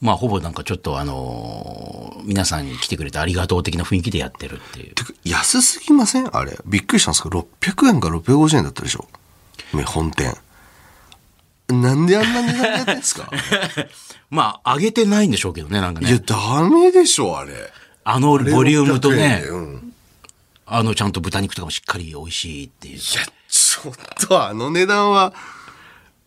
Speaker 3: まあほぼなんかちょっとあのー皆さんに来てくれてありがとう的な雰囲気でやってるっていう
Speaker 2: てか安すぎませんあれびっくりしたんですけど600円か650円だったでしょね本店なんであんな値段でやってんです か
Speaker 3: まあ上げてないんでしょうけどねなんか
Speaker 2: いや
Speaker 3: ね
Speaker 2: ダメでしょあれ
Speaker 3: あのボリュームとね
Speaker 2: 600円でうん
Speaker 3: あのちゃんと豚肉とかもしっかり美味しいっていう
Speaker 2: いやちょっとあの値段は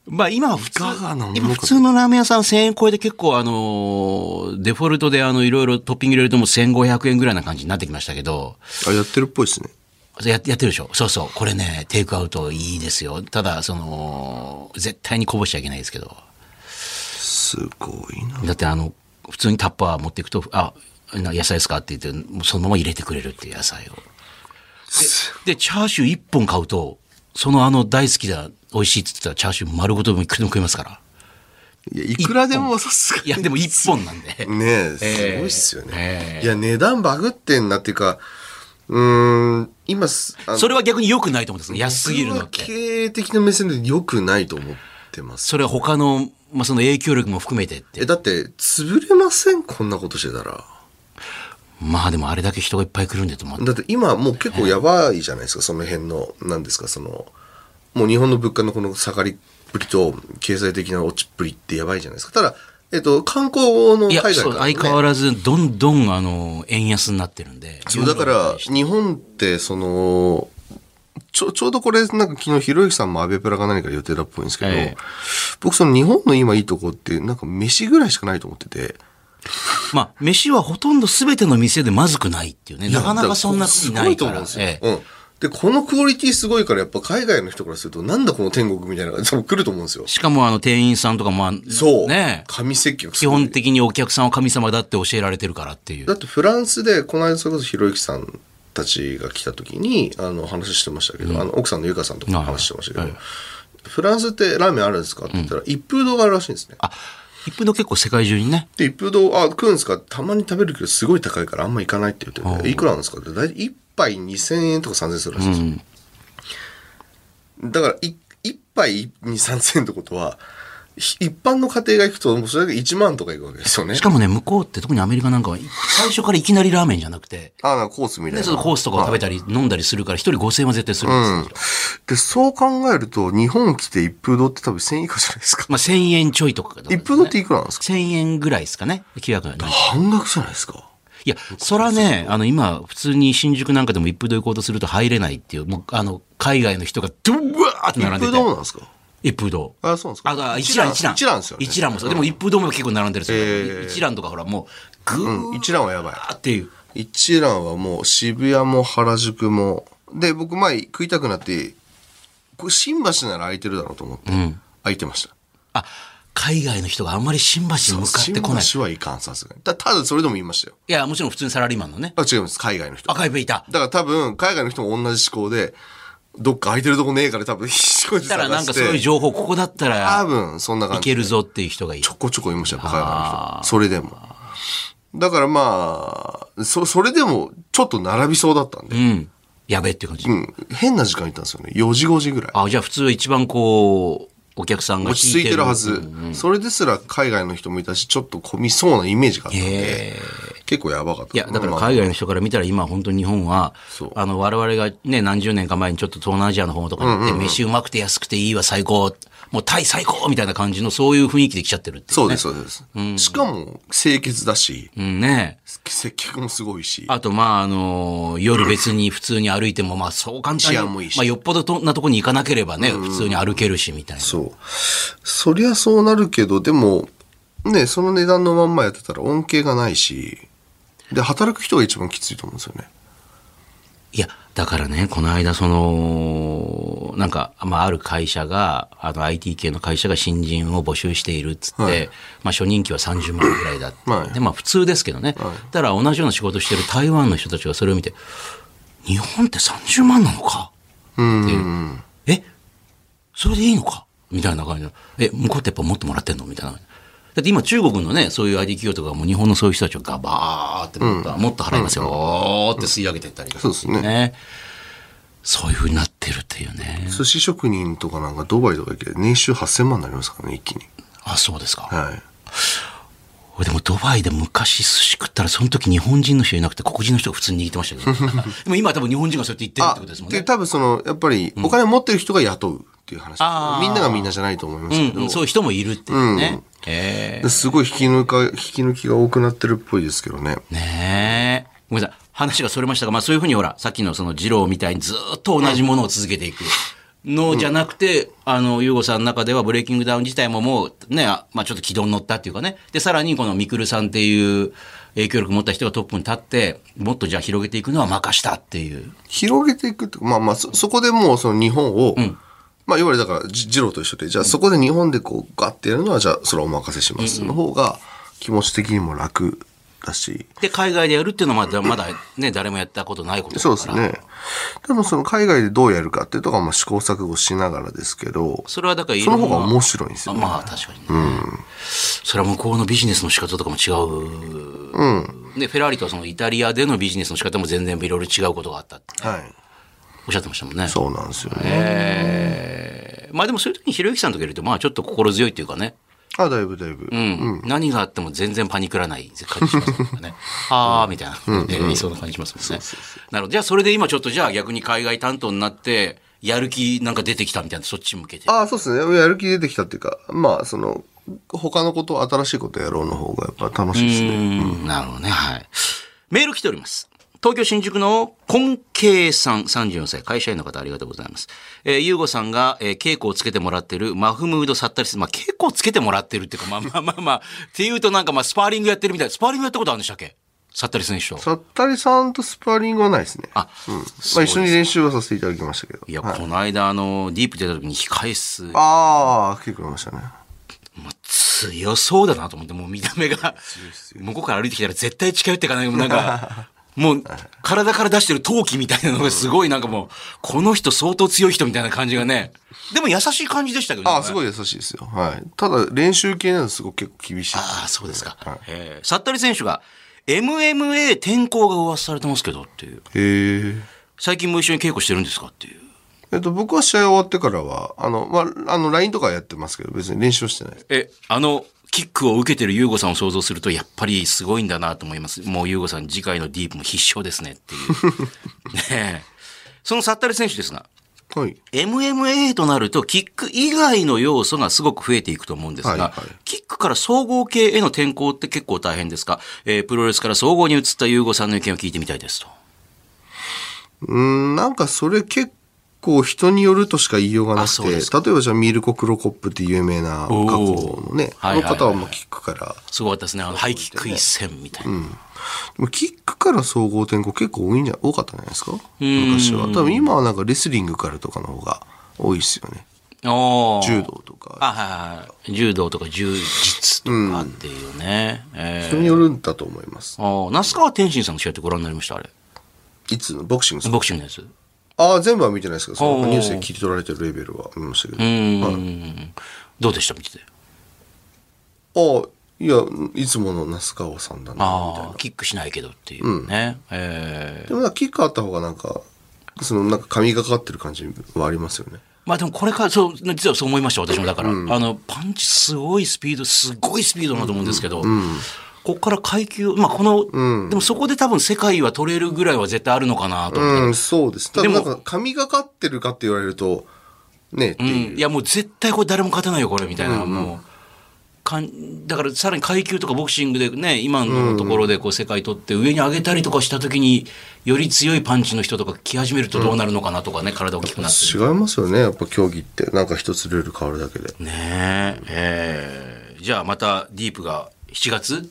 Speaker 3: まあ今は普通
Speaker 2: いかがなものか、
Speaker 3: 今普通のラーメン屋さん1000円超えて結構あのー、デフォルトであのいろいろトッピング入れるともう1500円ぐらいな感じになってきましたけど、
Speaker 2: あやってるっぽいですね
Speaker 3: ややってるでしょそうそう。これね、テイクアウトいいですよ。ただ、その、絶対にこぼしちゃいけないですけど。
Speaker 2: すごいな
Speaker 3: だってあの、普通にタッパー持っていくと、あ、な野菜ですかって言って、もうそのまま入れてくれるっていう野菜を。で、チャーシュー1本買うと、そのあの大好きだ、美味しいって言ってたチャーシュー丸ごといくらでも食えますから。
Speaker 2: いやいくらでもさすが
Speaker 3: いや、でも1本なんで。
Speaker 2: ねえ、
Speaker 3: え
Speaker 2: すごいっすよね。
Speaker 3: ええ
Speaker 2: いや、値段バグってんなっていうか、うーん、今す、あの
Speaker 3: それは逆に良くないと思うんですね。安すぎるのっ
Speaker 2: 僕は
Speaker 3: て。
Speaker 2: 経営的な目線で良くないと思ってます。
Speaker 3: それは他の、まあ、その影響力も含めてっ
Speaker 2: え、
Speaker 3: て。
Speaker 2: だって、潰れませんこんなことしてたら。
Speaker 3: まあでもあれだけ人がいっぱい来るんでと思って。
Speaker 2: だって今もう結構やばいじゃないですか、その辺の、なんですか、その、もう日本の物価のこの下がりっぷりと、経済的な落ちっぷりってやばいじゃないですか。ただ、えっと、観光の
Speaker 3: い
Speaker 2: 海
Speaker 3: や、
Speaker 2: 外
Speaker 3: そう、
Speaker 2: からね
Speaker 3: 相変わらず、どんどん、あの、円安になってるんで。
Speaker 2: そうだから日本ってそのちょちょうどこれなんか昨日ひろゆきさんもアベプラが何か予定だっぽいんですけど、
Speaker 3: ええ
Speaker 2: 僕その日本の今いいとこってなんか飯ぐらいしかないと思ってて
Speaker 3: まあ、飯はほとんど全ての店でまずくないっていうね。なかなかそんな国ないから。
Speaker 2: すごいと思うん
Speaker 3: え
Speaker 2: です
Speaker 3: え
Speaker 2: よ、うん、でこのクオリティすごいからやっぱ海外の人からするとなんだこの天国みたいなのが多分来ると思うんですよ
Speaker 3: しかも、あの、店員さんとかもあ、
Speaker 2: そう、
Speaker 3: ねえ
Speaker 2: 神説教す
Speaker 3: 基
Speaker 2: ごい
Speaker 3: 本的にお客さんは神様だって教えられてるからってい
Speaker 2: だ
Speaker 3: う。
Speaker 2: ってフランスでこの間それこそひろゆきさんたちが来た時にあの話してましたけど、あの奥さんのゆかさんとかも話してましたけど、
Speaker 3: はいは
Speaker 2: フランスってラーメンあるんですかって言ったら、一風堂があるらしいんですね
Speaker 3: あ、一風堂結構世界中にね。
Speaker 2: で一風堂あ食うんですかたまに食べるけどすごい高いからあんま行かないって言って
Speaker 3: ああ
Speaker 2: ていくらなんですかって大体一杯2000円とか3000円するらしいんですよ、だからい一杯23000円ってことはひ一般の家庭が行くともうそれだけ1万とかいくわけですよね
Speaker 3: しかもね、向こうって特にアメリカなんかは、最初からいきなりラーメンじゃなくて、
Speaker 2: あなんかコースみたい
Speaker 3: で、
Speaker 2: な
Speaker 3: そのコースとかを食べたり飲んだりするから、一人5000円は絶対するんですよ。
Speaker 2: で、そう考えると、日本来て一風堂って多分1000以下じゃないですか。
Speaker 3: まあ、1000円ちょいとかだと思うん
Speaker 2: 一
Speaker 3: ですね
Speaker 2: 風堂っていくらなんですか
Speaker 3: 1000円ぐらいですかね。900円。
Speaker 2: 半額じゃないですか。
Speaker 3: いや、そらね、あの、今、普通に新宿なんかでも一風堂行こうとすると入れないっていう、もう、あの、海外の人がドゥワーって
Speaker 2: 一
Speaker 3: 並んで
Speaker 2: 風
Speaker 3: て。
Speaker 2: 堂なんですか
Speaker 3: 一風堂。
Speaker 2: あ、そうなんですか
Speaker 3: あ、が一蘭、一蘭。
Speaker 2: 一蘭ですよね。
Speaker 3: 一蘭もそう。でも一風堂も結構並んでるんですよ
Speaker 2: えー
Speaker 3: 一蘭とかほら、もう、ぐ
Speaker 2: うん、
Speaker 3: ー
Speaker 2: 一蘭はやばい。
Speaker 3: っていう。
Speaker 2: 一蘭はもう渋谷も原宿も。で、僕前食いたくなって、これ新橋なら空いてるだろうと思って、空いてました。
Speaker 3: あ、海外の人があんまり新橋に向かっ
Speaker 2: 新
Speaker 3: てこない。い
Speaker 2: 橋はいかん、さすがに。たただそれでも言いましたよ。
Speaker 3: や、もちろん普通にサラリーマンのね。
Speaker 2: あ、違います。海外の人。
Speaker 3: 赤いペイいた。
Speaker 2: だから多分、海外の人も同じ思考で、どっか空いてるとこねえから多分 一生
Speaker 3: し
Speaker 2: じ
Speaker 3: た
Speaker 2: 探
Speaker 3: らなん
Speaker 2: して
Speaker 3: かそういう情報、ここだった
Speaker 2: 多
Speaker 3: ら
Speaker 2: 分そんない感じ
Speaker 3: けるぞっていう人がいる
Speaker 2: ち。ょこちょこいましたやっぱ海外の人それでもだからまあそそれでもちょっと並びそうだったんで
Speaker 3: う、ん。やべえって感じ。
Speaker 2: うん、変な時間いたんですよね4時5時ぐらい
Speaker 3: あ、じゃあ普通一番こう、お客さんが
Speaker 2: 落ち着いてるはず、それですら海外の人もいたしちょっと混みそうなイメージがあったんで
Speaker 3: え
Speaker 2: 結構やばかっ
Speaker 3: い
Speaker 2: た
Speaker 3: や、だから
Speaker 2: まあ
Speaker 3: 海外の人から見たら今本当に日本は
Speaker 2: そう、
Speaker 3: あの、我々がね、何十年か前にちょっと東南アジアの方とか行って、飯うまくて安くていいわ最高、もうタイ最高みたいな感じのそういう雰囲気で来ちゃってるっていう。
Speaker 2: そうですそうです、しかも清潔だし
Speaker 3: うんね。
Speaker 2: 接客もすごいし
Speaker 3: あと、まあ、あのー夜別に普通に歩いても、まあ、そう簡単
Speaker 2: 治
Speaker 3: に、
Speaker 2: 安もいいし
Speaker 3: まあ、よっぽどとなとこに行かなければね、普通に歩けるし、みたいな。
Speaker 2: そうそりゃそうなるけどでもねその値段のまんまやってたら恩恵がないしで働く人が一番きついと思うんですよね
Speaker 3: いや、だからね、この間、その、なんか、まあ、ある会社が、あの、IT 系の会社が新人を募集しているっつって、
Speaker 2: はい
Speaker 3: まあ、初任給は30万ぐらいだって。
Speaker 2: はい
Speaker 3: で、まあ、普通ですけどね。ただ、同じような仕事してる台湾の人たちがそれを見て、日本って30万なのか
Speaker 2: うん
Speaker 3: えそれでいいのかみたいな感じの。え、向こうってやっぱもっともらってんのみたいな。だって今中国のね、そういう IT 企業とかも日本のそういう人たちをガバーってもっと,、もっと払いますよ、おーって吸い上げてったりとか
Speaker 2: そうですね
Speaker 3: ね。そういうふうになってるっていうね。
Speaker 2: 寿司職人とかなんかドバイとか行けば年収8000万になりますからね一気に
Speaker 3: あ、そうですか。
Speaker 2: はい
Speaker 3: 俺でもドバイで昔寿司食ったらその時日本人の人いなくて黒人の人が普通に握ってましたけど、 ね、でも今は多分日本人がそうやって言ってるってことですもん
Speaker 2: で
Speaker 3: ね。
Speaker 2: 多分そのやっぱりお金持ってる人が雇うっていう話、
Speaker 3: あー
Speaker 2: みんながみんなじゃないと思いますけど、
Speaker 3: うんうん、そういう人もいるっていうね。ええ
Speaker 2: ですごい引き抜か引き抜きが多くなってるっぽいですけどね
Speaker 3: ねえ。ごめんなさい。話がそれましたが、まあそういうふうにほら、さっきのその二郎みたいにずっと同じものを続けていく。のじゃなくて、あの、ゆうごさんの中ではブレイキングダウン自体ももうね、あまあちょっと軌道に乗ったっていうかね。で、さらにこのミクルさんっていう影響力持った人がトップに立って、もっとじゃあ広げていくのは任したっていう。
Speaker 2: 広げていくってまあまあそそこでもうその日本を、まあいわゆるだからじ二郎と一緒でじゃあそこで日本でこうガッてやるのはじゃあそれはお任せします、の方が気持ち的にも楽だし
Speaker 3: で、海外でやるっていうのはまだ、まだね、誰もやったことないことだか
Speaker 2: そう
Speaker 3: ら。
Speaker 2: ですね多分その海外でどうやるかっていうとこはまあ試行錯誤しながらですけど
Speaker 3: それはだからい
Speaker 2: そ
Speaker 3: ろ
Speaker 2: の
Speaker 3: んな
Speaker 2: 方が面白いんですよね、
Speaker 3: まあ確かにね、それは向こうのビジネスの仕方とかも違う、でフェラーリとはそのイタリアでのビジネスの仕方も全然いろいろ違うことがあったって
Speaker 2: はい
Speaker 3: おっしゃってましたもんね
Speaker 2: そうなんですよね、
Speaker 3: えーまあでもそういう時にひろゆきさんとかいるとまあちょっと心強いっていうかね、
Speaker 2: あだいぶだいぶ、
Speaker 3: うん何があっても全然パニクらない感じしますから ねああみたいな、えーそうな感じしますもんねなるほどじゃあそれで今ちょっとじゃあ逆に海外担当になってやる気なんか出てきたみたいなそっち向けて
Speaker 2: ああ、そうですね。やる気出てきたっていうか、まあ、その、他のこと、新しいことやろうの方がやっぱ楽しいですね。
Speaker 3: うんなるほどね。はい。メール来ております。東京新宿の根慶さん、34歳、会社員の方、ありがとうございます。えー、ゆうごさんが、えー、稽古をつけてもらってる、マフムードサッタリス、まあ、稽古をつけてもらってるっていうか、まあまあまあまあ、っていうとなんか、まあ、スパーリングやってるみたい。スパーリングやったことあるんでしたっけサッタリス選手と。
Speaker 2: さったりさんとスパーリングはないですね。
Speaker 3: あ、
Speaker 2: まあ、一緒に練習はさせていただきましたけど。
Speaker 3: いや、
Speaker 2: はい
Speaker 3: この間、あの、ディープ出た時に控え室、ま
Speaker 2: ああ、結構いましたね。
Speaker 3: あ、強そうだなと思って、もう見た目が、向こうから歩いてきたら絶対近寄っていかない、なんか、 もう、体から出してる陶器みたいなのがすごいなんかもう、この人相当強い人みたいな感じがね。でも優しい感じでしたけどね。
Speaker 2: ああ、すごい優しいですよ。はい。ただ、練習系なのすごく結構厳しい。
Speaker 3: ああ、そうですか。えー、サッタリ選手が、MMA 転向が噂されてますけどっていう。
Speaker 2: へえ。
Speaker 3: 最近も一緒に稽古してるんですかっていう。
Speaker 2: えっと、僕は試合終わってからは、あの、まあ、あの、LINE とかはやってますけど、別に練習はしてないです。
Speaker 3: え、あの、キックを受けてる優吾さんを想像すると、やっぱりすごいんだなと思います。もう優吾さん、次回のディープも必勝ですねっていう。 ねえ。そのサッタリ選手ですが、
Speaker 2: はい。
Speaker 3: MMA となると、キック以外の要素がすごく増えていくと思うんですが、
Speaker 2: はいはい
Speaker 3: キックから総合系への転向って結構大変ですか、えープロレスから総合に移った優吾さんの意見を聞いてみたいですと。
Speaker 2: うーん、なんかそれ結構人によるとしか言いようがなく
Speaker 3: あ
Speaker 2: て、
Speaker 3: そうですか
Speaker 2: 例えばじゃあミルコ・クロコップっていう有名な過去のね、
Speaker 3: おー
Speaker 2: あ
Speaker 3: はいはい
Speaker 2: の方
Speaker 3: は
Speaker 2: はいもうキックから、
Speaker 3: すごかったですね。あの、ハイキック一戦みたいな。
Speaker 2: でもキックから総合転向結構多いんじゃ、多かったんじゃないですか昔は。多分今はなんかレスリングからとかの方が多いですよね。
Speaker 3: おー
Speaker 2: 柔道とか。
Speaker 3: あ、はいはいはい。柔道とか柔術とかっていうね。えー
Speaker 2: 人によるんだと思います。
Speaker 3: ああ、那須川天心さんの試合ってご覧になりましたあれ。
Speaker 2: いつのボクシングですか
Speaker 3: ボクシングのやつ。
Speaker 2: あああ、全部は見てないですけど、そ
Speaker 3: お
Speaker 2: の
Speaker 3: ー
Speaker 2: ニュースで切り取られてるレベルは見ましたけど。
Speaker 3: うー
Speaker 2: はい
Speaker 3: ん、どうでした見てて
Speaker 2: ああ、いや、いつもの那須川さんだな、みたい
Speaker 3: あ
Speaker 2: な
Speaker 3: あ。キックしないけどっていうね、えー
Speaker 2: でもなんかキックあった方がなんか、そのなんか神がかかってる感じはありますよね。
Speaker 3: まあでもこれからそう実はそう思いました私もだから、あのパンチすごいスピードすごいスピードだなと思うんですけど、ここから階級まあこの、でもそこで多分世界は取れるぐらいは絶対あるのかなと思って、
Speaker 2: うん、そうです。た
Speaker 3: で
Speaker 2: だ
Speaker 3: も
Speaker 2: なんか神がかってるかって言われると、ねっていう。
Speaker 3: うんいやもう絶対これ誰も勝てないよこれみたいな、もうかんだからさらに階級とかボクシングでね今のところでこう世界取って上に上げたりとかした時により強いパンチの人とか来始めるとどうなるのかなとかね、体大きくなって
Speaker 2: 違いますよね、やっぱ競技って。なんか一つルール変わるだけで。
Speaker 3: ねええーじゃあまたディープが7月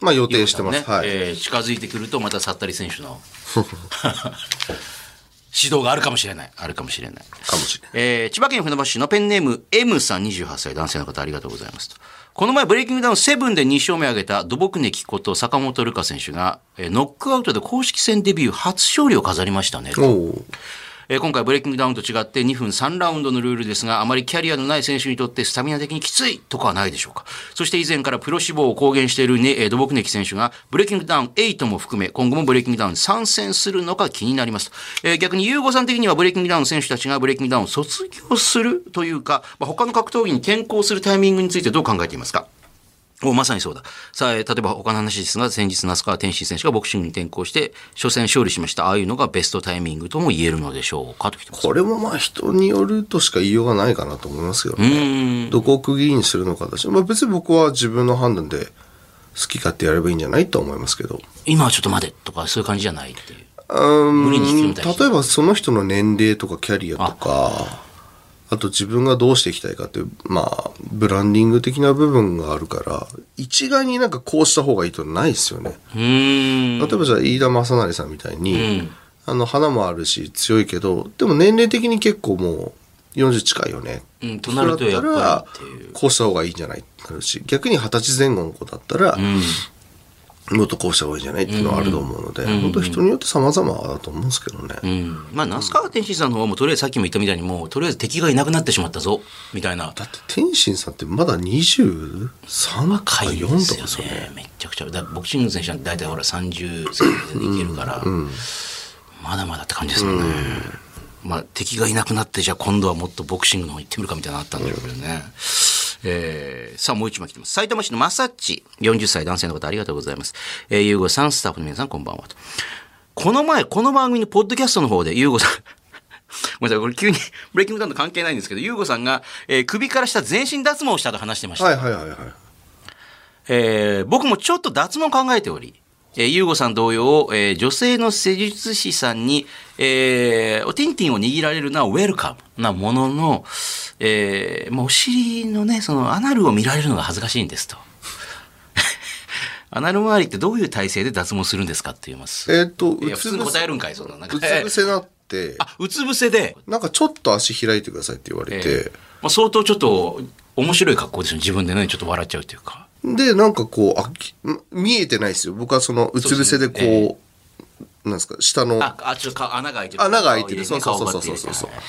Speaker 2: まあ予定してます。
Speaker 3: ね
Speaker 2: はい。
Speaker 3: えー近づいてくるとまたサッタリ選手の 指導があるかもしれないあるかもしれない。
Speaker 2: かもしれない。
Speaker 3: えー千葉県船橋市のペンネーム M さん28歳男性の方ありがとうございますとこの前ブレイキングダウン7で2勝目を挙げた土木根木こと坂本瑠香選手が、えーノックアウトで公式戦デビュー初勝利を飾りましたねと
Speaker 2: おう
Speaker 3: えー今回ブレイキングダウンと違って2分3ラウンドのルールですがあまりキャリアのない選手にとってスタミナ的にきついとかはないでしょうかそして以前からプロ志望を公言している、ねえー土木根木選手がブレイキングダウン8も含め今後もブレイキングダウンに参戦するのか気になります、えー逆に優吾さん的にはブレイキングダウン選手たちがブレイキングダウンを卒業するというか、まあ、他の格闘技に転向するタイミングについてどう考えていますかおまさにそうだ。さあ、えー例えば他の話ですが、先日、那須川天心選手がボクシングに転向して、初戦勝利しました。ああいうのがベストタイミングとも言えるのでしょうかと来てます。
Speaker 2: これもまあ人によるとしか言いようがないかなと思いますけど
Speaker 3: う
Speaker 2: ね。
Speaker 3: ーん。
Speaker 2: どこを区切りにするのかだし、まあ別に僕は自分の判断で好き勝手やればいいんじゃないとは思いますけど。
Speaker 3: 今はちょっと待てとか、そういう感じじゃないっていう。
Speaker 2: うーん
Speaker 3: 無理に引き止めたりして
Speaker 2: 例えばその人の年齢とかキャリアとかあと自分がどうしていきたいかっていうまあブランディング的な部分があるから一概になんかこうした方がいいとないですよね。
Speaker 3: うーん。
Speaker 2: 例えばじゃあ飯田正成さんみたいに、
Speaker 3: うん
Speaker 2: あの花もあるし強いけどでも年齢的に結構もう40近いよね。
Speaker 3: うん、となるとやっぱりっていう。
Speaker 2: こうした方がいいんじゃないってなるし逆に二十歳前後の子だったら、
Speaker 3: うん。
Speaker 2: もっとこうした方がいいんじゃないっていうのはあると思うので、
Speaker 3: んうん
Speaker 2: 本当人によって様々だと思うんですけどね。
Speaker 3: うん、まあ、那須川天心さんの方はもうとりあえずさっきも言ったみたいにもうとりあえず敵がいなくなってしまったぞみたいな
Speaker 2: だって天心さんってまだ23とか
Speaker 3: 回
Speaker 2: 4
Speaker 3: で
Speaker 2: とかですす
Speaker 3: よ
Speaker 2: よ
Speaker 3: ね
Speaker 2: ね。
Speaker 3: めっちゃくちゃだからボクシングの選手は大体ほら30歳でいけるから、まだまだって感じですよね、まあ、敵がいなくなってじゃあ今度はもっとボクシングの方に行ってみるかみたいなのあったんだろうけどね、えーさあもう一枚来てます埼玉市のマサッチ40歳男性の方ありがとうございますえーゆうごさんスタッフの皆さんこんばんはとこの前この番組のポッドキャストの方でゆうごさん ごめんなさい、これ急に ブレイキングダウンと関係ないんですけど、ゆうごさんが、えー首から下全身脱毛をしたと話してました。
Speaker 2: はいはいはいはい。
Speaker 3: えー僕もちょっと脱毛を考えており、えー、ゆうごさん同様、えー女性の施術師さんに、えーおティンティンを握られるのはウェルカムなものの、えーまあお尻のね、そのアナルを見られるのが恥ずかしいんですと。 アナル周りってどういう体勢で脱毛するんですかって言います。
Speaker 2: えっ、と、う
Speaker 3: いや普通に答えるんかい、そんな。なんか
Speaker 2: うつ伏せなって、
Speaker 3: あ、うつ伏せで。
Speaker 2: なんかちょっと足開いてくださいって言われて、
Speaker 3: まあ、相当ちょっと面白い格好ですよね。自分でね、ちょっと笑っちゃうというか。
Speaker 2: で、なんかこうあき、見えてないですよ。僕はそのうつ伏せでこう、
Speaker 3: そうで
Speaker 2: なんですか、下の。
Speaker 3: あ、あ、ちょっとか穴が開いてる。
Speaker 2: 穴が開いて
Speaker 3: 顔入れ
Speaker 2: るそうそう
Speaker 3: 顔バッて入れて
Speaker 2: そうそうそうそう
Speaker 3: はい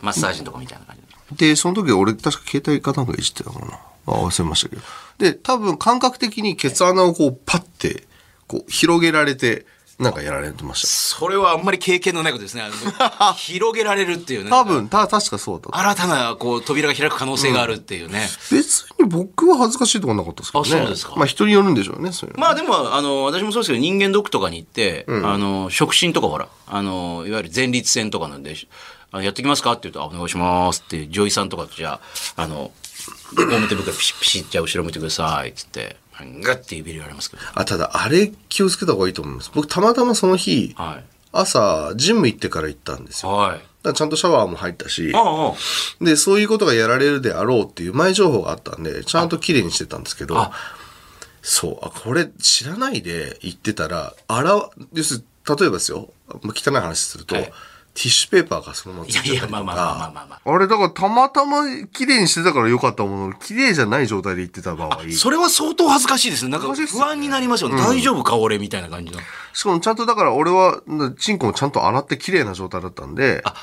Speaker 3: マッサージのとこみたいな感じ。
Speaker 2: で、その時俺確か携帯かなんかいじってたかな。あ忘れましたけど。で、多分感覚的にケツ穴をこうパッて、こう広げられて、なんかやられてました。
Speaker 3: それはあんまり経験のないことですね。あ の広げられるっていうね。
Speaker 2: 多分、た、確かそうだった。
Speaker 3: 新たな、こう、扉が開く可能性があるっていうね。
Speaker 2: 別に僕は恥ずかしいとかなかったですけどね。
Speaker 3: あそうですか
Speaker 2: まあ人によるんでしょうね、そういうの。
Speaker 3: まあでも、あの、私もそうですけど、人間ドックとかに行って、あの、触診とかほら、あの、いわゆる前立腺とかなんで、あのやってきますかって言うと、あ、お願いしますって、女医さんとかとじゃあ、あの、表向くからピシッピシッ、じゃあ後ろ向いてくださいっつって、ガッて指入れられますけど。
Speaker 2: あ、ただ、あれ気をつけた方がいいと思います。僕、たまたまその日、
Speaker 3: はい。
Speaker 2: 朝、ジム行ってから行ったんですよ。
Speaker 3: はい。
Speaker 2: だからちゃんとシャワーも入ったし
Speaker 3: あ、あ、
Speaker 2: で、そういうことがやられるであろうっていう前情報があったんで、ちゃんと綺麗にしてたんですけど
Speaker 3: あ、
Speaker 2: そう、あ、これ知らないで行ってたら、洗わ、要するに例えばですよ、まあ汚い話すると、
Speaker 3: はい
Speaker 2: ティッシュペーパーがそのままつい
Speaker 3: い
Speaker 2: ちゃ
Speaker 3: やい
Speaker 2: ったりと
Speaker 3: や、
Speaker 2: か
Speaker 3: まあまあまあまあまあまあ。
Speaker 2: あれだからたまたま綺麗にしてたから良かったものの綺麗じゃない状態で行ってた場合し
Speaker 3: それは相当恥ずかしいですね。なんか
Speaker 2: 恥ずかしいです
Speaker 3: 不
Speaker 2: よね
Speaker 3: 安になりますよね。大丈夫か俺みたいな感じの。
Speaker 2: かもちゃんとだから俺はなチンコもちゃんと洗って綺麗な状態だったんであ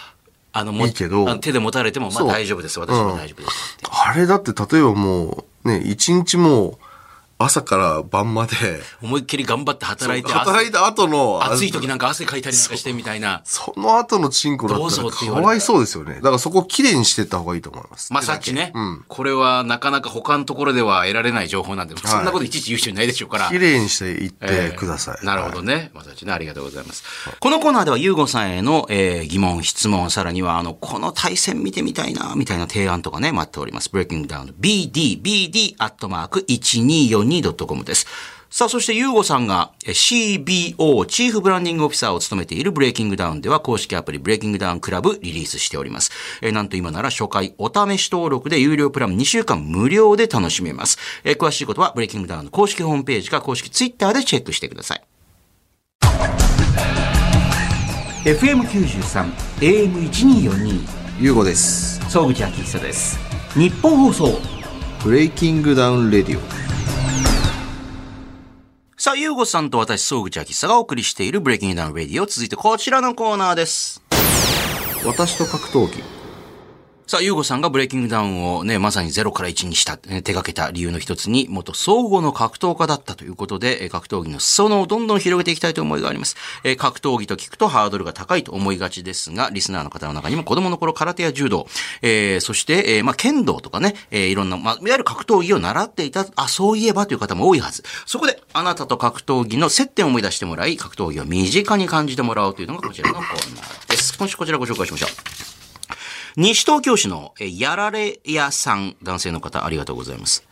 Speaker 3: あの、も
Speaker 2: いいけど
Speaker 3: あの手で持たれても、まあ
Speaker 2: そう
Speaker 3: 大丈夫です。私も大丈夫ですって。
Speaker 2: れだって例えばもうね一日もう朝から晩まで
Speaker 3: 思いっきり頑張って働いて、
Speaker 2: 働いた後の
Speaker 3: 暑い時なんか汗かいたりなんかしてみたいな。
Speaker 2: その後のチンコだ
Speaker 3: どう
Speaker 2: った
Speaker 3: ぞ
Speaker 2: ら
Speaker 3: って
Speaker 2: か
Speaker 3: 言われたら
Speaker 2: わいそうですよねだからそこを綺麗にしてった方がいいと思います
Speaker 3: まあさっきね、
Speaker 2: うん
Speaker 3: これはなかなか他のところでは得られない情報なんで、そんなこといちいち言う人いないでしょうから。
Speaker 2: 綺麗にしていっ
Speaker 3: え
Speaker 2: て
Speaker 3: ー
Speaker 2: ください、
Speaker 3: なるほどね。まさちね、ありがとうございます。このコーナーでは、ゆうごさんへの、えー疑問、質問、さらには、あの、この対戦見てみたいな、みたいな提案とかね、待っております。breaking down bd, bd, アットマーク 1242.com です。さあ、そして、ゆうごさんがえー CBO、チーフブランディングオフィサーを務めているブレイキングダウンでは、公式アプリブレイキングダウンクラブリリースしております。えーなんと今なら初回お試し登録で有料プラン2週間無料で楽しめます。えー詳しいことは、ブレイキングダウンの公式ホームページか公式ツイッターでチェックしてください。
Speaker 1: FM93 AM1242
Speaker 4: ゆうごです。
Speaker 1: 総口昭久です日本放送
Speaker 4: ブレイキングダウンレディオ。
Speaker 3: さあ、ゆうごさんと私、総口秋久がお送りしているブレイキングダウンレディオ。続いてこちらのコーナーです。
Speaker 4: 私と格闘技。
Speaker 3: さあ、ゆうごさんがブレイキングダウンをね、まさにゼロから1にした、ね手掛けた理由の一つに、元総合の格闘家だったということで、えー格闘技の裾野をどんどん広げていきたいという思いがあります。えー格闘技と聞くとハードルが高いと思いがちですが、リスナーの方の中にも子供の頃空手や柔道、えーそして、えーまあ、剣道とかね、えーいろんな、まあ、いわゆる格闘技を習っていた、あ、そういえばという方も多いはず。そこで、あなたと格闘技の接点を思い出してもらい、格闘技を身近に感じてもらおうというのがこちらのコーナーです。今週こちらご紹介しましょう。西東京市のえやられ屋さん、男性の方、ありがとうございます。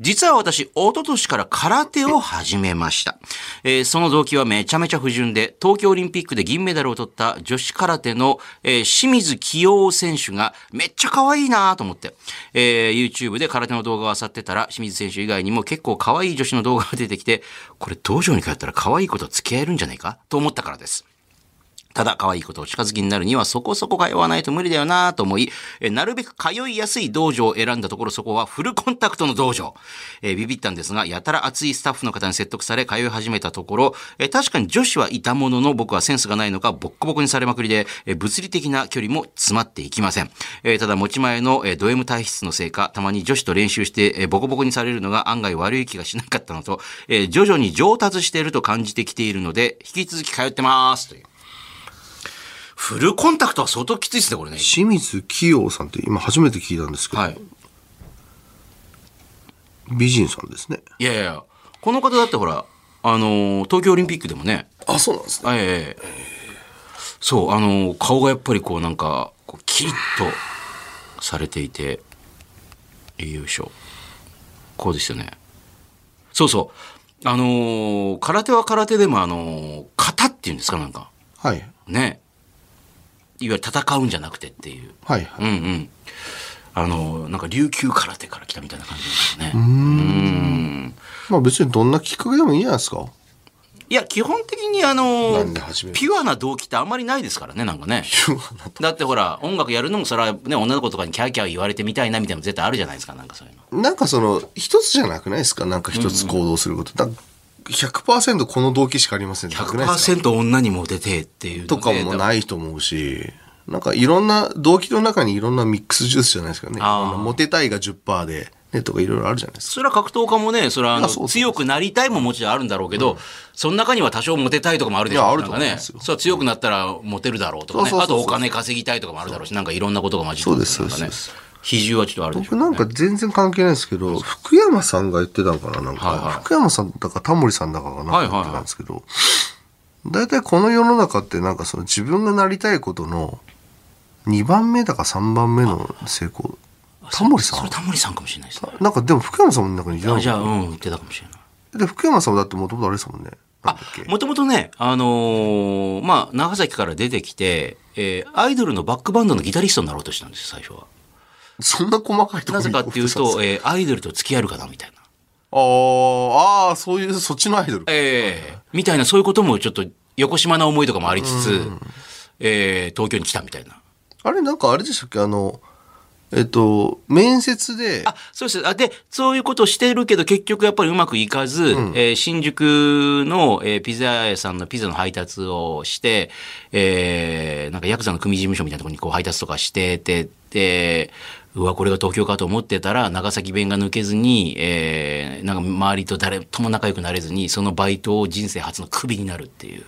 Speaker 3: 実は私、一昨年から空手を始めました。えーその動機はめちゃめちゃ不純で、東京オリンピックで銀メダルを取った女子空手の、えー清水清雄選手がめっちゃ可愛いなぁと思って、えー YouTube で空手の動画を漁ってたら、清水選手以外にも結構可愛い女子の動画が出てきて、これ道場に通ったら可愛い子と付き合えるんじゃないかと思ったからです。ただ、可愛いことを近づきになるにはそこそこ通わないと無理だよなと思い、えなるべく通いやすい道場を選んだところそこはフルコンタクトの道場。えービビったんですが、やたら熱いスタッフの方に説得され通い始めたところ、えー確かに女子はいたものの僕はセンスがないのかボッコボコにされまくりで、えー物理的な距離も詰まっていきません。えーただ、持ち前の、えード M 体質のせいか、たまに女子と練習して、えーボコボコにされるのが案外悪い気がしなかったのと、えー徐々に上達していると感じてきているので、引き続き通ってます。という。フルコンタクトは相当きついですね、これね。
Speaker 2: 清水清雄さんって今初めて聞いたんですけど、
Speaker 3: はい。
Speaker 2: 美人さんですね
Speaker 3: いやいや、この方だってほら、あのー東京オリンピックでもね、
Speaker 2: あそうなんですね
Speaker 3: ええそう、あのー顔がやっぱりこうなんか、こうキリッとされていて、よいしょ。こうですよね。そうそう。あのー空手は空手でもあのー型っていうんですか、なんか。
Speaker 2: はい
Speaker 3: ね。いわゆる戦うんじゃなくてっていう。
Speaker 2: はい、
Speaker 3: うんうん。あの、なんか琉球空手から来たみたいな感じですね。
Speaker 2: まあ別にどんなきっかけでもいいんじゃないですか
Speaker 3: いや、基本的にあの
Speaker 2: なんで始め、る
Speaker 3: ピュアな動機ってあんまりないですからね、なんか ね。だってほら、音楽やるのもそれはね、女の子とかにキャーキャー言われてみたいなみたいなの絶対あるじゃないですか、なんかそういうの。
Speaker 2: なんかその一つじゃなくないですかなんか一つ行動すること、だ100%この動機しかありませんなくないです
Speaker 3: 100%
Speaker 2: か
Speaker 3: 女にモテてっていうので
Speaker 2: とかもないと思うしなんかいろんな動機の中にいろんなミックスジュースじゃないですかね
Speaker 3: あー
Speaker 2: あのモテたいが10%で、ね、とかいろいろあるじゃないですか
Speaker 3: それは格闘家もね、それはあの
Speaker 2: いやそうそう
Speaker 3: 強くなりたいももちろんあるんだろうけど、その中には多少モテたいとかもあるでしょ
Speaker 2: いや
Speaker 3: う
Speaker 2: あると思い
Speaker 3: ね。
Speaker 2: ますよ
Speaker 3: それは強くなったらモテるだろうとかね。
Speaker 2: そう
Speaker 3: あ
Speaker 2: そうそう
Speaker 3: と
Speaker 2: そう
Speaker 3: お金稼ぎたいとかもあるだろうし、なんかいろんなことが混じってます
Speaker 2: そうで
Speaker 3: な
Speaker 2: す
Speaker 3: んかね
Speaker 2: そうで
Speaker 3: 比重はちょっとあるでしょ
Speaker 2: 僕なんか全然関係ないですけど、福山さんが言ってたのかななんか、
Speaker 3: はいはい
Speaker 2: 福山さんだかタモリさんだかがなんか
Speaker 3: はいはいはい
Speaker 2: 言ってたんですけど、大体この世の中ってなんかその自分がなりたいことの2番目だか3番目の成功。タモリさ
Speaker 3: それ
Speaker 2: ん
Speaker 3: タモリさんかもしれないですね。
Speaker 2: なんかでも福山さんもなんか似て
Speaker 3: あ
Speaker 2: な
Speaker 3: じゃあ、
Speaker 2: い
Speaker 3: うん、言ってたかもしれない。
Speaker 2: で福山さんもだってもともとあれですもんね。なん
Speaker 3: あ
Speaker 2: だっけ
Speaker 3: もともとね、あのーまあ、長崎から出てきて、えーアイドルのバックバンドのギタリストになろうとしたんですよ、最初は。
Speaker 2: そんな細かいと
Speaker 3: な
Speaker 2: ころ
Speaker 3: ぜ
Speaker 2: に
Speaker 3: かっていうと、えーアイドルと付き合えるかな、みたいな。
Speaker 2: あーあー、そういう、そっちのアイドル。
Speaker 3: ええみたいな、そういうこともちょっと、横島な思いとかもありつつ、えー東京に来たみたいな。
Speaker 2: あれなんかあれでしたっけあのえっと面接で
Speaker 3: あ、そうです。あで、そういうことをしてるけど、結局やっぱりうまくいかず、えー新宿の、えーピザ屋さんのピザの配達をして、えーなんかヤクザの組事務所みたいなところにこう配達とかしてて、で、うわ、これが東京かと思ってたら、長崎弁が抜けずに、えーなんか周りと誰とも仲良くなれずに、そのバイトを人生初のクビになるっていう。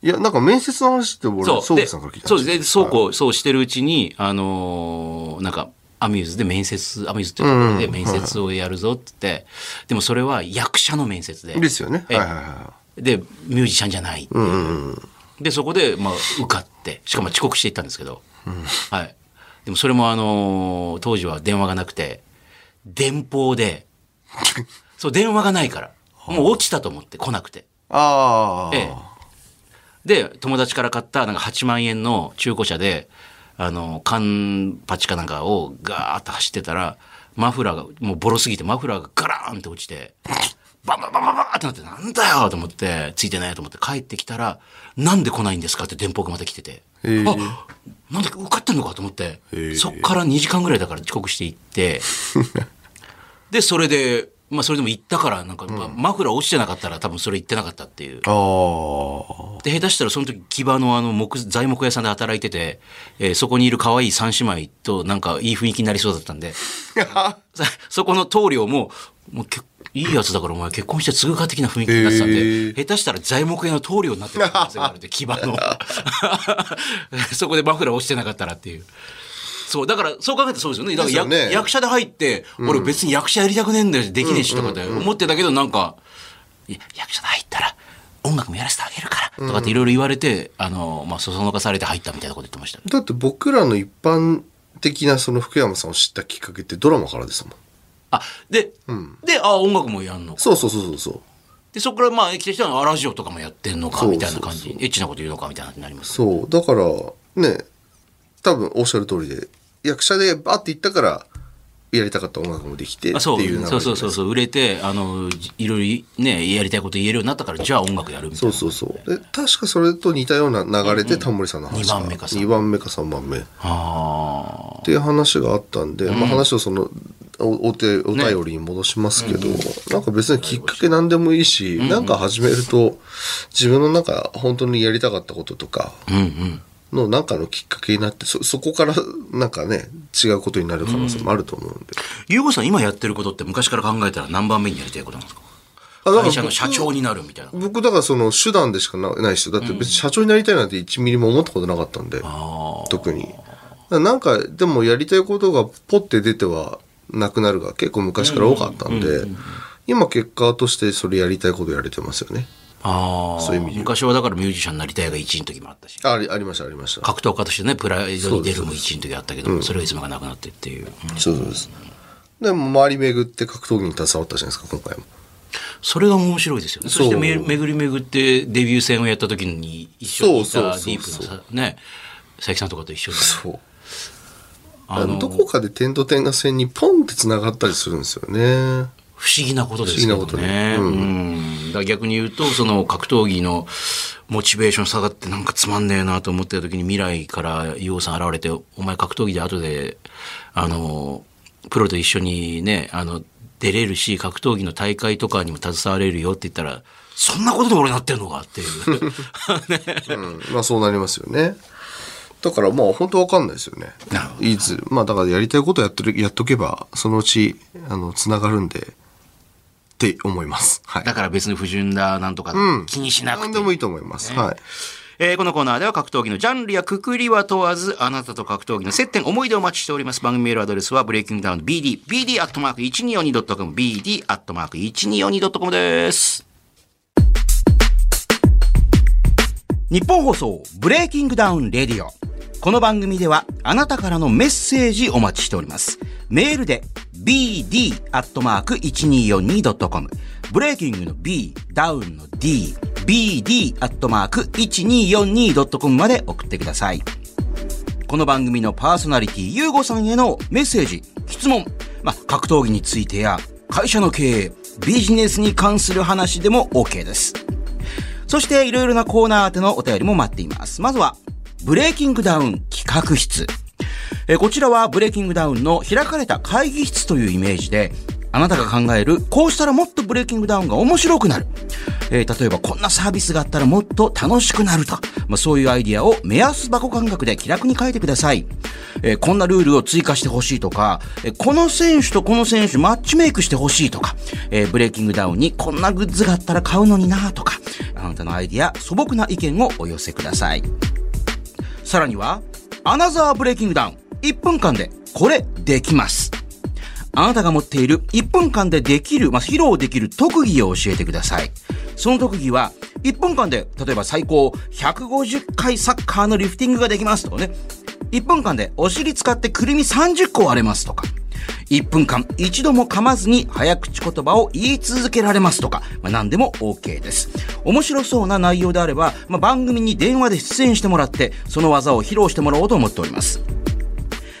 Speaker 2: いやなんか面接の話って俺
Speaker 3: そう
Speaker 2: そう
Speaker 3: で
Speaker 2: さんから聞いた
Speaker 3: そうですでそう
Speaker 2: う
Speaker 3: こうそうしてるうちにあのーなんかアミューズで面接アミューズっていうところで面接をやるぞって言って、でもそれは役者の面接で
Speaker 2: ですよねは
Speaker 3: え
Speaker 2: いはいは
Speaker 3: でミュージシャンじゃないっていうでそこで、まあ、受かってしかも遅刻していったんですけど、はい、でもそれも、あのー当時は電話がなくて電報 でそう電話がないからもう落ちたと思って来なくて。
Speaker 2: いああ、
Speaker 3: ええ、で友達から買ったなんか8万円の中古車であの缶パチかなんかをガーッと走ってたらマフラーがもうボロすぎてマフラーがガラーンって落ちてバンバンバンバンバンってなってなんだよと思ってついてないと思って帰ってきたらなんで来ないんですかって電報がまた来てて、
Speaker 2: へえ
Speaker 3: あなんで受かってんのかと思って、そっから2時間ぐらいだから遅刻していって。でそれでまあそれでも行ったからなんか、まあマフラー落ちてなかったら多分それ行ってなかったっていう
Speaker 2: ああ
Speaker 3: で下手したらその時木場のあの木材木屋さんで働いてて、えーそこにいる可愛い三姉妹となんかいい雰囲気になりそうだったんで そそこの棟梁ももうけいいやつだからお前結婚して継ぐか的な雰囲気になってたんで、
Speaker 2: へ
Speaker 3: 下手したら材木屋の棟梁になってた可能性があるって木場のそこでマフラー落ちてなかったらっていう。そうだからそう考えたらそうですよねだからや
Speaker 2: ですよね
Speaker 3: 役者で入って、俺別に役者やりたくねえんだよできねえしとかって思ってたけどなんか、いや役者で入ったら音楽もやらせてあげるからとかっていろいろ言われて、あのまあそそのかされて入ったみたいなこと言ってましたね
Speaker 2: だって僕らの一般的なその福山さんを知ったきっかけってドラマからですもん
Speaker 3: あで、であ音楽もやんのか
Speaker 2: そうそうそうそうそう
Speaker 3: でそこからまあ来た人はあラジオとかもやってんのか
Speaker 2: そう
Speaker 3: みたいな感じ
Speaker 2: そうそ
Speaker 3: エッチなこと言うのかみたいなになります
Speaker 2: そうだからね多分おっしゃる通りで役者でバーって行ったからやりたかった音楽もできてっていう
Speaker 3: あそう
Speaker 2: 流れじゃない
Speaker 3: そうそうそうそう売れてあのじいろいろねやりたいこと言えるようになったからじゃあ音楽やるみたい
Speaker 2: そう
Speaker 3: な
Speaker 2: そうそうで確かそれと似たような流れでタモリさんの話が
Speaker 3: 二番目か三
Speaker 2: 2番目か3番目っ
Speaker 3: ああ
Speaker 2: ていう話があったんで、まあ、話をそのおお手お便りに戻しますけど、なんか別にきっかけ何でもいいし、なんか始めると自分の中本当にやりたかったこととか
Speaker 3: うんうん
Speaker 2: のなんかのきっかけになってそそこからなんかね違うことになる可能性もあると思うんで、
Speaker 3: ゆうごさん今やってることって昔から考えたら何番目にやりたいことなんですか
Speaker 2: あだから
Speaker 3: 会社の社長になるみたいな
Speaker 2: 僕だからその手段でしかなないですよだって別に社長になりたいなんて1ミリも思ったことなかったんで、特にだからなんかでもやりたいことがポッて出てはなくなるが結構昔から多かったんで、今結果としてそれやりたいことやれてますよね
Speaker 3: ああ
Speaker 2: そういう意味で
Speaker 3: 昔はだからミュージシャンになりたいが1位の時もあったし
Speaker 2: あありありましたありました
Speaker 3: 格闘家としてねプライドに出るも1位の時あったけどそ,、れがいつもがなくなってっていう、うん
Speaker 2: そうそうですでも周り巡って格闘技に携わったじゃないですか今回も
Speaker 3: それが面白いですよねそ
Speaker 2: そう
Speaker 3: してめ巡り巡ってデビュー戦をやった時に一緒にいた
Speaker 2: そう
Speaker 3: デ
Speaker 2: そうそうそう
Speaker 3: ィープのさね佐伯さんとかと一緒に
Speaker 2: そう
Speaker 3: あの
Speaker 2: どこかで点と点が線にポンってつながったりするんですよね
Speaker 3: 不思議なことですけど
Speaker 2: 不思議
Speaker 3: ね。
Speaker 2: な
Speaker 3: う
Speaker 2: こと
Speaker 3: んだから逆に言うとその格闘技のモチベーション下がってなんかつまんねえなと思ってた時に未来から伊王さん現れて「お前格闘技で後であのプロと一緒にねあの出れるし格闘技の大会とかにも携われるよ」って言ったら「そんなことで俺なってんのか」って いう。
Speaker 2: うんまあそうなりますよね。だからまあ本当わかんないですよね。いつまあだからやりたいことやってるやっとけばそのうちあのつながるんでって思います。はい。
Speaker 3: だから別に不純だなんとか気にしなくて、
Speaker 2: 何でもいいと思います。はい。
Speaker 3: えーこのコーナーでは格闘技のジャンルやくくりは問わず、あなたと格闘技の接点、思い出をお待ちしております。番組メールアドレスは、ブレイキングダウン BD、BD アットマーク 1242.com、BD アットマーク 1242.com です。日本放送、ブレイキングダウンレディオ。この番組では、あなたからのメッセージお待ちしております。メールで、bd アットマーク 1242.com、ブレイキングの b、ダウンの d、bd アットマーク 1242.com まで送ってください。この番組のパーソナリティゆうごさんへのメッセージ質問、まあ、格闘技についてや会社の経営ビジネスに関する話でも OK ですそしていろいろなコーナー宛てのお便りも待っています。まずは、ブレイキングダウン企画室。えーこちらはブレイキングダウンの開かれた会議室というイメージで、あなたが考える、こうしたらもっとブレイキングダウンが面白くなる。えー例えばこんなサービスがあったらもっと楽しくなると。まあ、そういうアイディアを目安箱感覚で気楽に書いてください。えーこんなルールを追加してほしいとか、えーこの選手とこの選手マッチメイクしてほしいとか、えーブレイキングダウンにこんなグッズがあったら買うのになとか、あなたのアイディア、素朴な意見をお寄せください。さらには、アナザーブレイキングダウン。1分間で、これ、できます。あなたが持っている1分間でできる、まあ、披露できる特技を教えてください。その特技は、1分間で、例えば最高150回サッカーのリフティングができますとかね。1分間でお尻使ってくるみ30個割れますとか。1分間一度も噛まずに早口言葉を言い続けられますとか、まあ、何でも OK です。面白そうな内容であれば、まあ、番組に電話で出演してもらって、その技を披露してもらおうと思っております。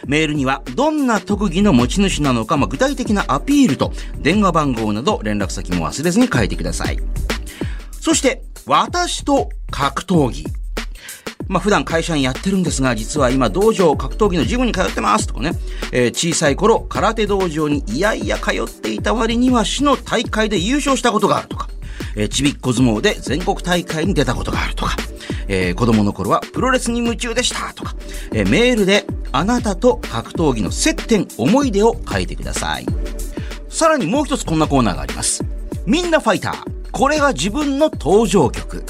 Speaker 3: メールにはどんな特技の持ち主なのか、まあ、具体的なアピールと電話番号など連絡先も忘れずに書いてください。そして、私と格闘技。まあ、普段会社員やってるんですが、実は今道場格闘技のジムに通ってますとかね、えー小さい頃空手道場にいやいや通っていた割には市の大会で優勝したことがあるとか、えーちびっこ相撲で全国大会に出たことがあるとか、えー子供の頃はプロレスに夢中でしたとか、えーメールであなたと格闘技の接点、思い出を書いてください。さらにもう一つこんなコーナーがあります。みんなファイター。これが自分の登場曲。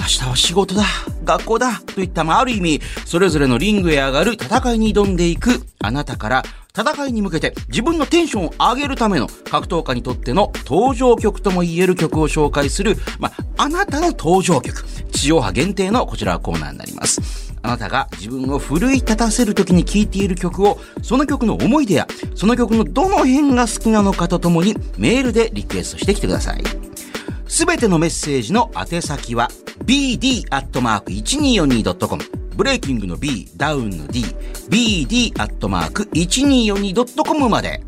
Speaker 3: 明日は仕事だ、学校だ、といった、まあ、ある意味、それぞれのリングへ上がる戦いに挑んでいく、あなたから、戦いに向けて自分のテンションを上げるための格闘家にとっての登場曲とも言える曲を紹介する、まあ、あなたの登場曲、地上波限定のこちらはコーナーになります。あなたが自分を奮い立たせるときに聴いている曲を、その曲の思い出や、その曲のどの辺が好きなのかとともに、メールでリクエストしてきてください。すべてのメッセージの宛先は bd.1242.com ブレイキングの B、ダウンの D、bd.1242.com まで。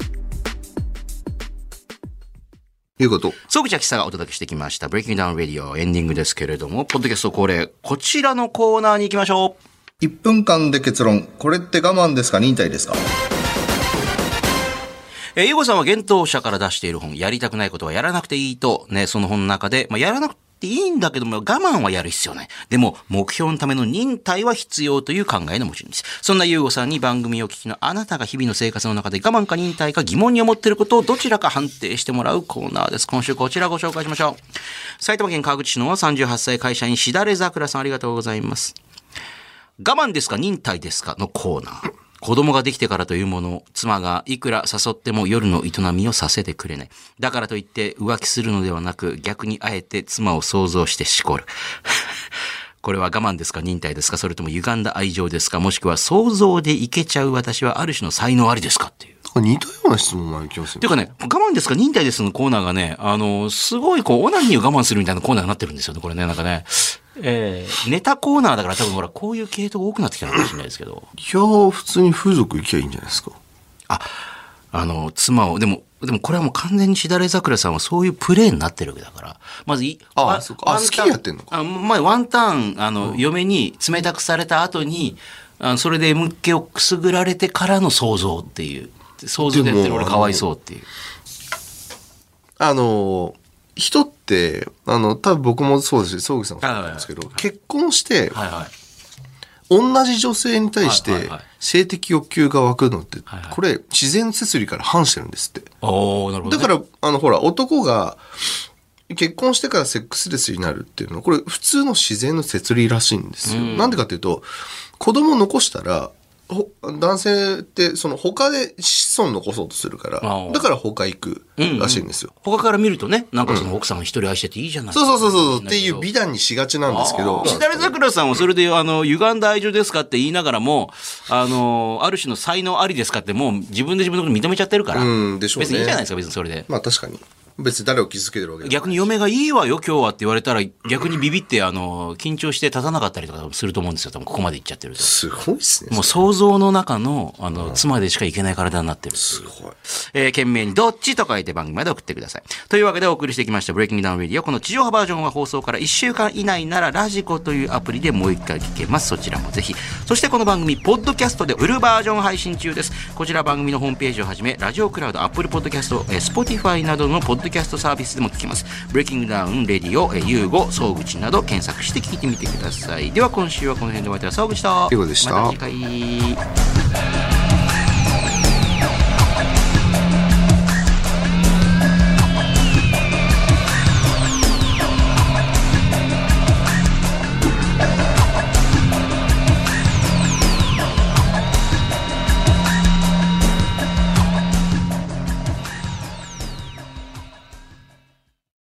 Speaker 2: いうこと。
Speaker 3: 総口秋さがお届けしてきました。ブレイキングダウンレディオエンディングですけれども、ポッドキャスト恒例、こちらのコーナーに行きましょう。
Speaker 2: 1分間で結論。これって我慢ですか忍耐ですか
Speaker 3: えー、ゆうごさんは幻冬者から出している本、やりたくないことはやらなくていいと、ね、その本の中で、まあ、やらなくていいんだけども、我慢はやる必要ない。でも、目標のための忍耐は必要という考えの持ち主。そんなゆうごさんに番組を聞きのあなたが日々の生活の中で我慢か忍耐か疑問に思っていることをどちらか判定してもらうコーナーです。今週こちらご紹介しましょう。埼玉県川口市の38歳会社員、しだれざくらさんありがとうございます。我慢ですか忍耐ですかのコーナー。子供ができてからというもの、妻がいくら誘っても夜の営みをさせてくれない。だからといって浮気するのではなく、逆にあえて妻を想像してしこる。 これは我慢ですか忍耐ですかそれとも歪んだ愛情ですかもしくは想像でいけちゃう私はある種の才能ありですかっていう。
Speaker 2: なんか似たような質問もある気がす
Speaker 3: て
Speaker 2: る。
Speaker 3: いうかね、我慢ですか忍耐ですのコーナーがね、あの、すごいこう、オナニーを我慢するみたいなコーナーになってるんですよね、これね、なんかね。えー、ネタコーナーだから多分ほら、こういう系統多くなってきたのかもしれないですけど。
Speaker 2: いやー、普通に風俗行きゃいいんじゃないですか。
Speaker 3: あ、あの、妻を、でも、でもこれはもう完全にしだれ桜さんはそういうプレーになってるわけだから。まずい、
Speaker 2: あ
Speaker 3: ワン
Speaker 2: そうかあ
Speaker 3: ワンタン
Speaker 2: 好きやってんのか
Speaker 3: あ、まあ、ワンタン、あの、嫁に冷たくされた後に、あのそれで M 気をくすぐられてからの想像っていう。想像でやってる俺かわいそうっていう。
Speaker 2: あのー、人って、あの、多分僕もそうですし、宗木さんもそうなんですけど、結婚して、
Speaker 3: はいはい。
Speaker 2: 同じ女性に対し
Speaker 3: はいは
Speaker 2: て
Speaker 3: いはい
Speaker 2: 性的欲求が湧くのって
Speaker 3: はいはい、
Speaker 2: これ自然摂理から反してるんですって。
Speaker 3: おおなるほど、
Speaker 2: だ
Speaker 3: ね。
Speaker 2: から、あの、ほら、男が結婚してからセックスレスになるっていうのは、これ普通の自然の摂理らしいんですよ。なんでかっていうと、子供残したら、ほ男性ってその他で子孫残そうとするから
Speaker 3: あー、
Speaker 2: だから他行くらしいんですよ。
Speaker 3: 他から見るとね、なんかその奥さんを一人愛してていいじゃない
Speaker 2: そうそうそうそうっていう美談にしがちなんですけど、
Speaker 3: しだれ桜さんはそれで、あの、歪んだ愛情ですかって言いながらも、あの、ある種の才能ありですかってもう自分で自分のこと認めちゃってるから。
Speaker 2: うんでしょうね
Speaker 3: 別にいいじゃないですか、別にそれで。
Speaker 2: まあ確かに。別に誰を傷つけてるわけでも
Speaker 3: 逆に嫁がいいわよ今日はって言われたら逆にビビってあの緊張して立たなかったりとかすると思うんですよ多分ここまでいっちゃってると
Speaker 2: すごいですね
Speaker 3: もう想像の中のあの妻でしかいけない体になってる
Speaker 2: すごい
Speaker 3: えー、懸命にどっちと書いて番組まで送ってください。というわけでお送りしてきましたブレイキングダウンレディオ。この地上波バージョンは放送から1週間以内ならラジコというアプリでもう一回聞けます。そちらもぜひ。そしてこの番組、ポッドキャストでフルバージョン配信中です。こちら番組のホームページをはじめ、ラジオクラウド、アップルポッドキャスト、えー、スポティファイなどのポッドキャストサービスでも聞けます。ブレイキングダウンレディオ、えー、ユーゴ、総口など検索して聞いてみてください。では今週はこの辺でお会いいたい。総口と。
Speaker 4: ユーゴでした
Speaker 3: また次回。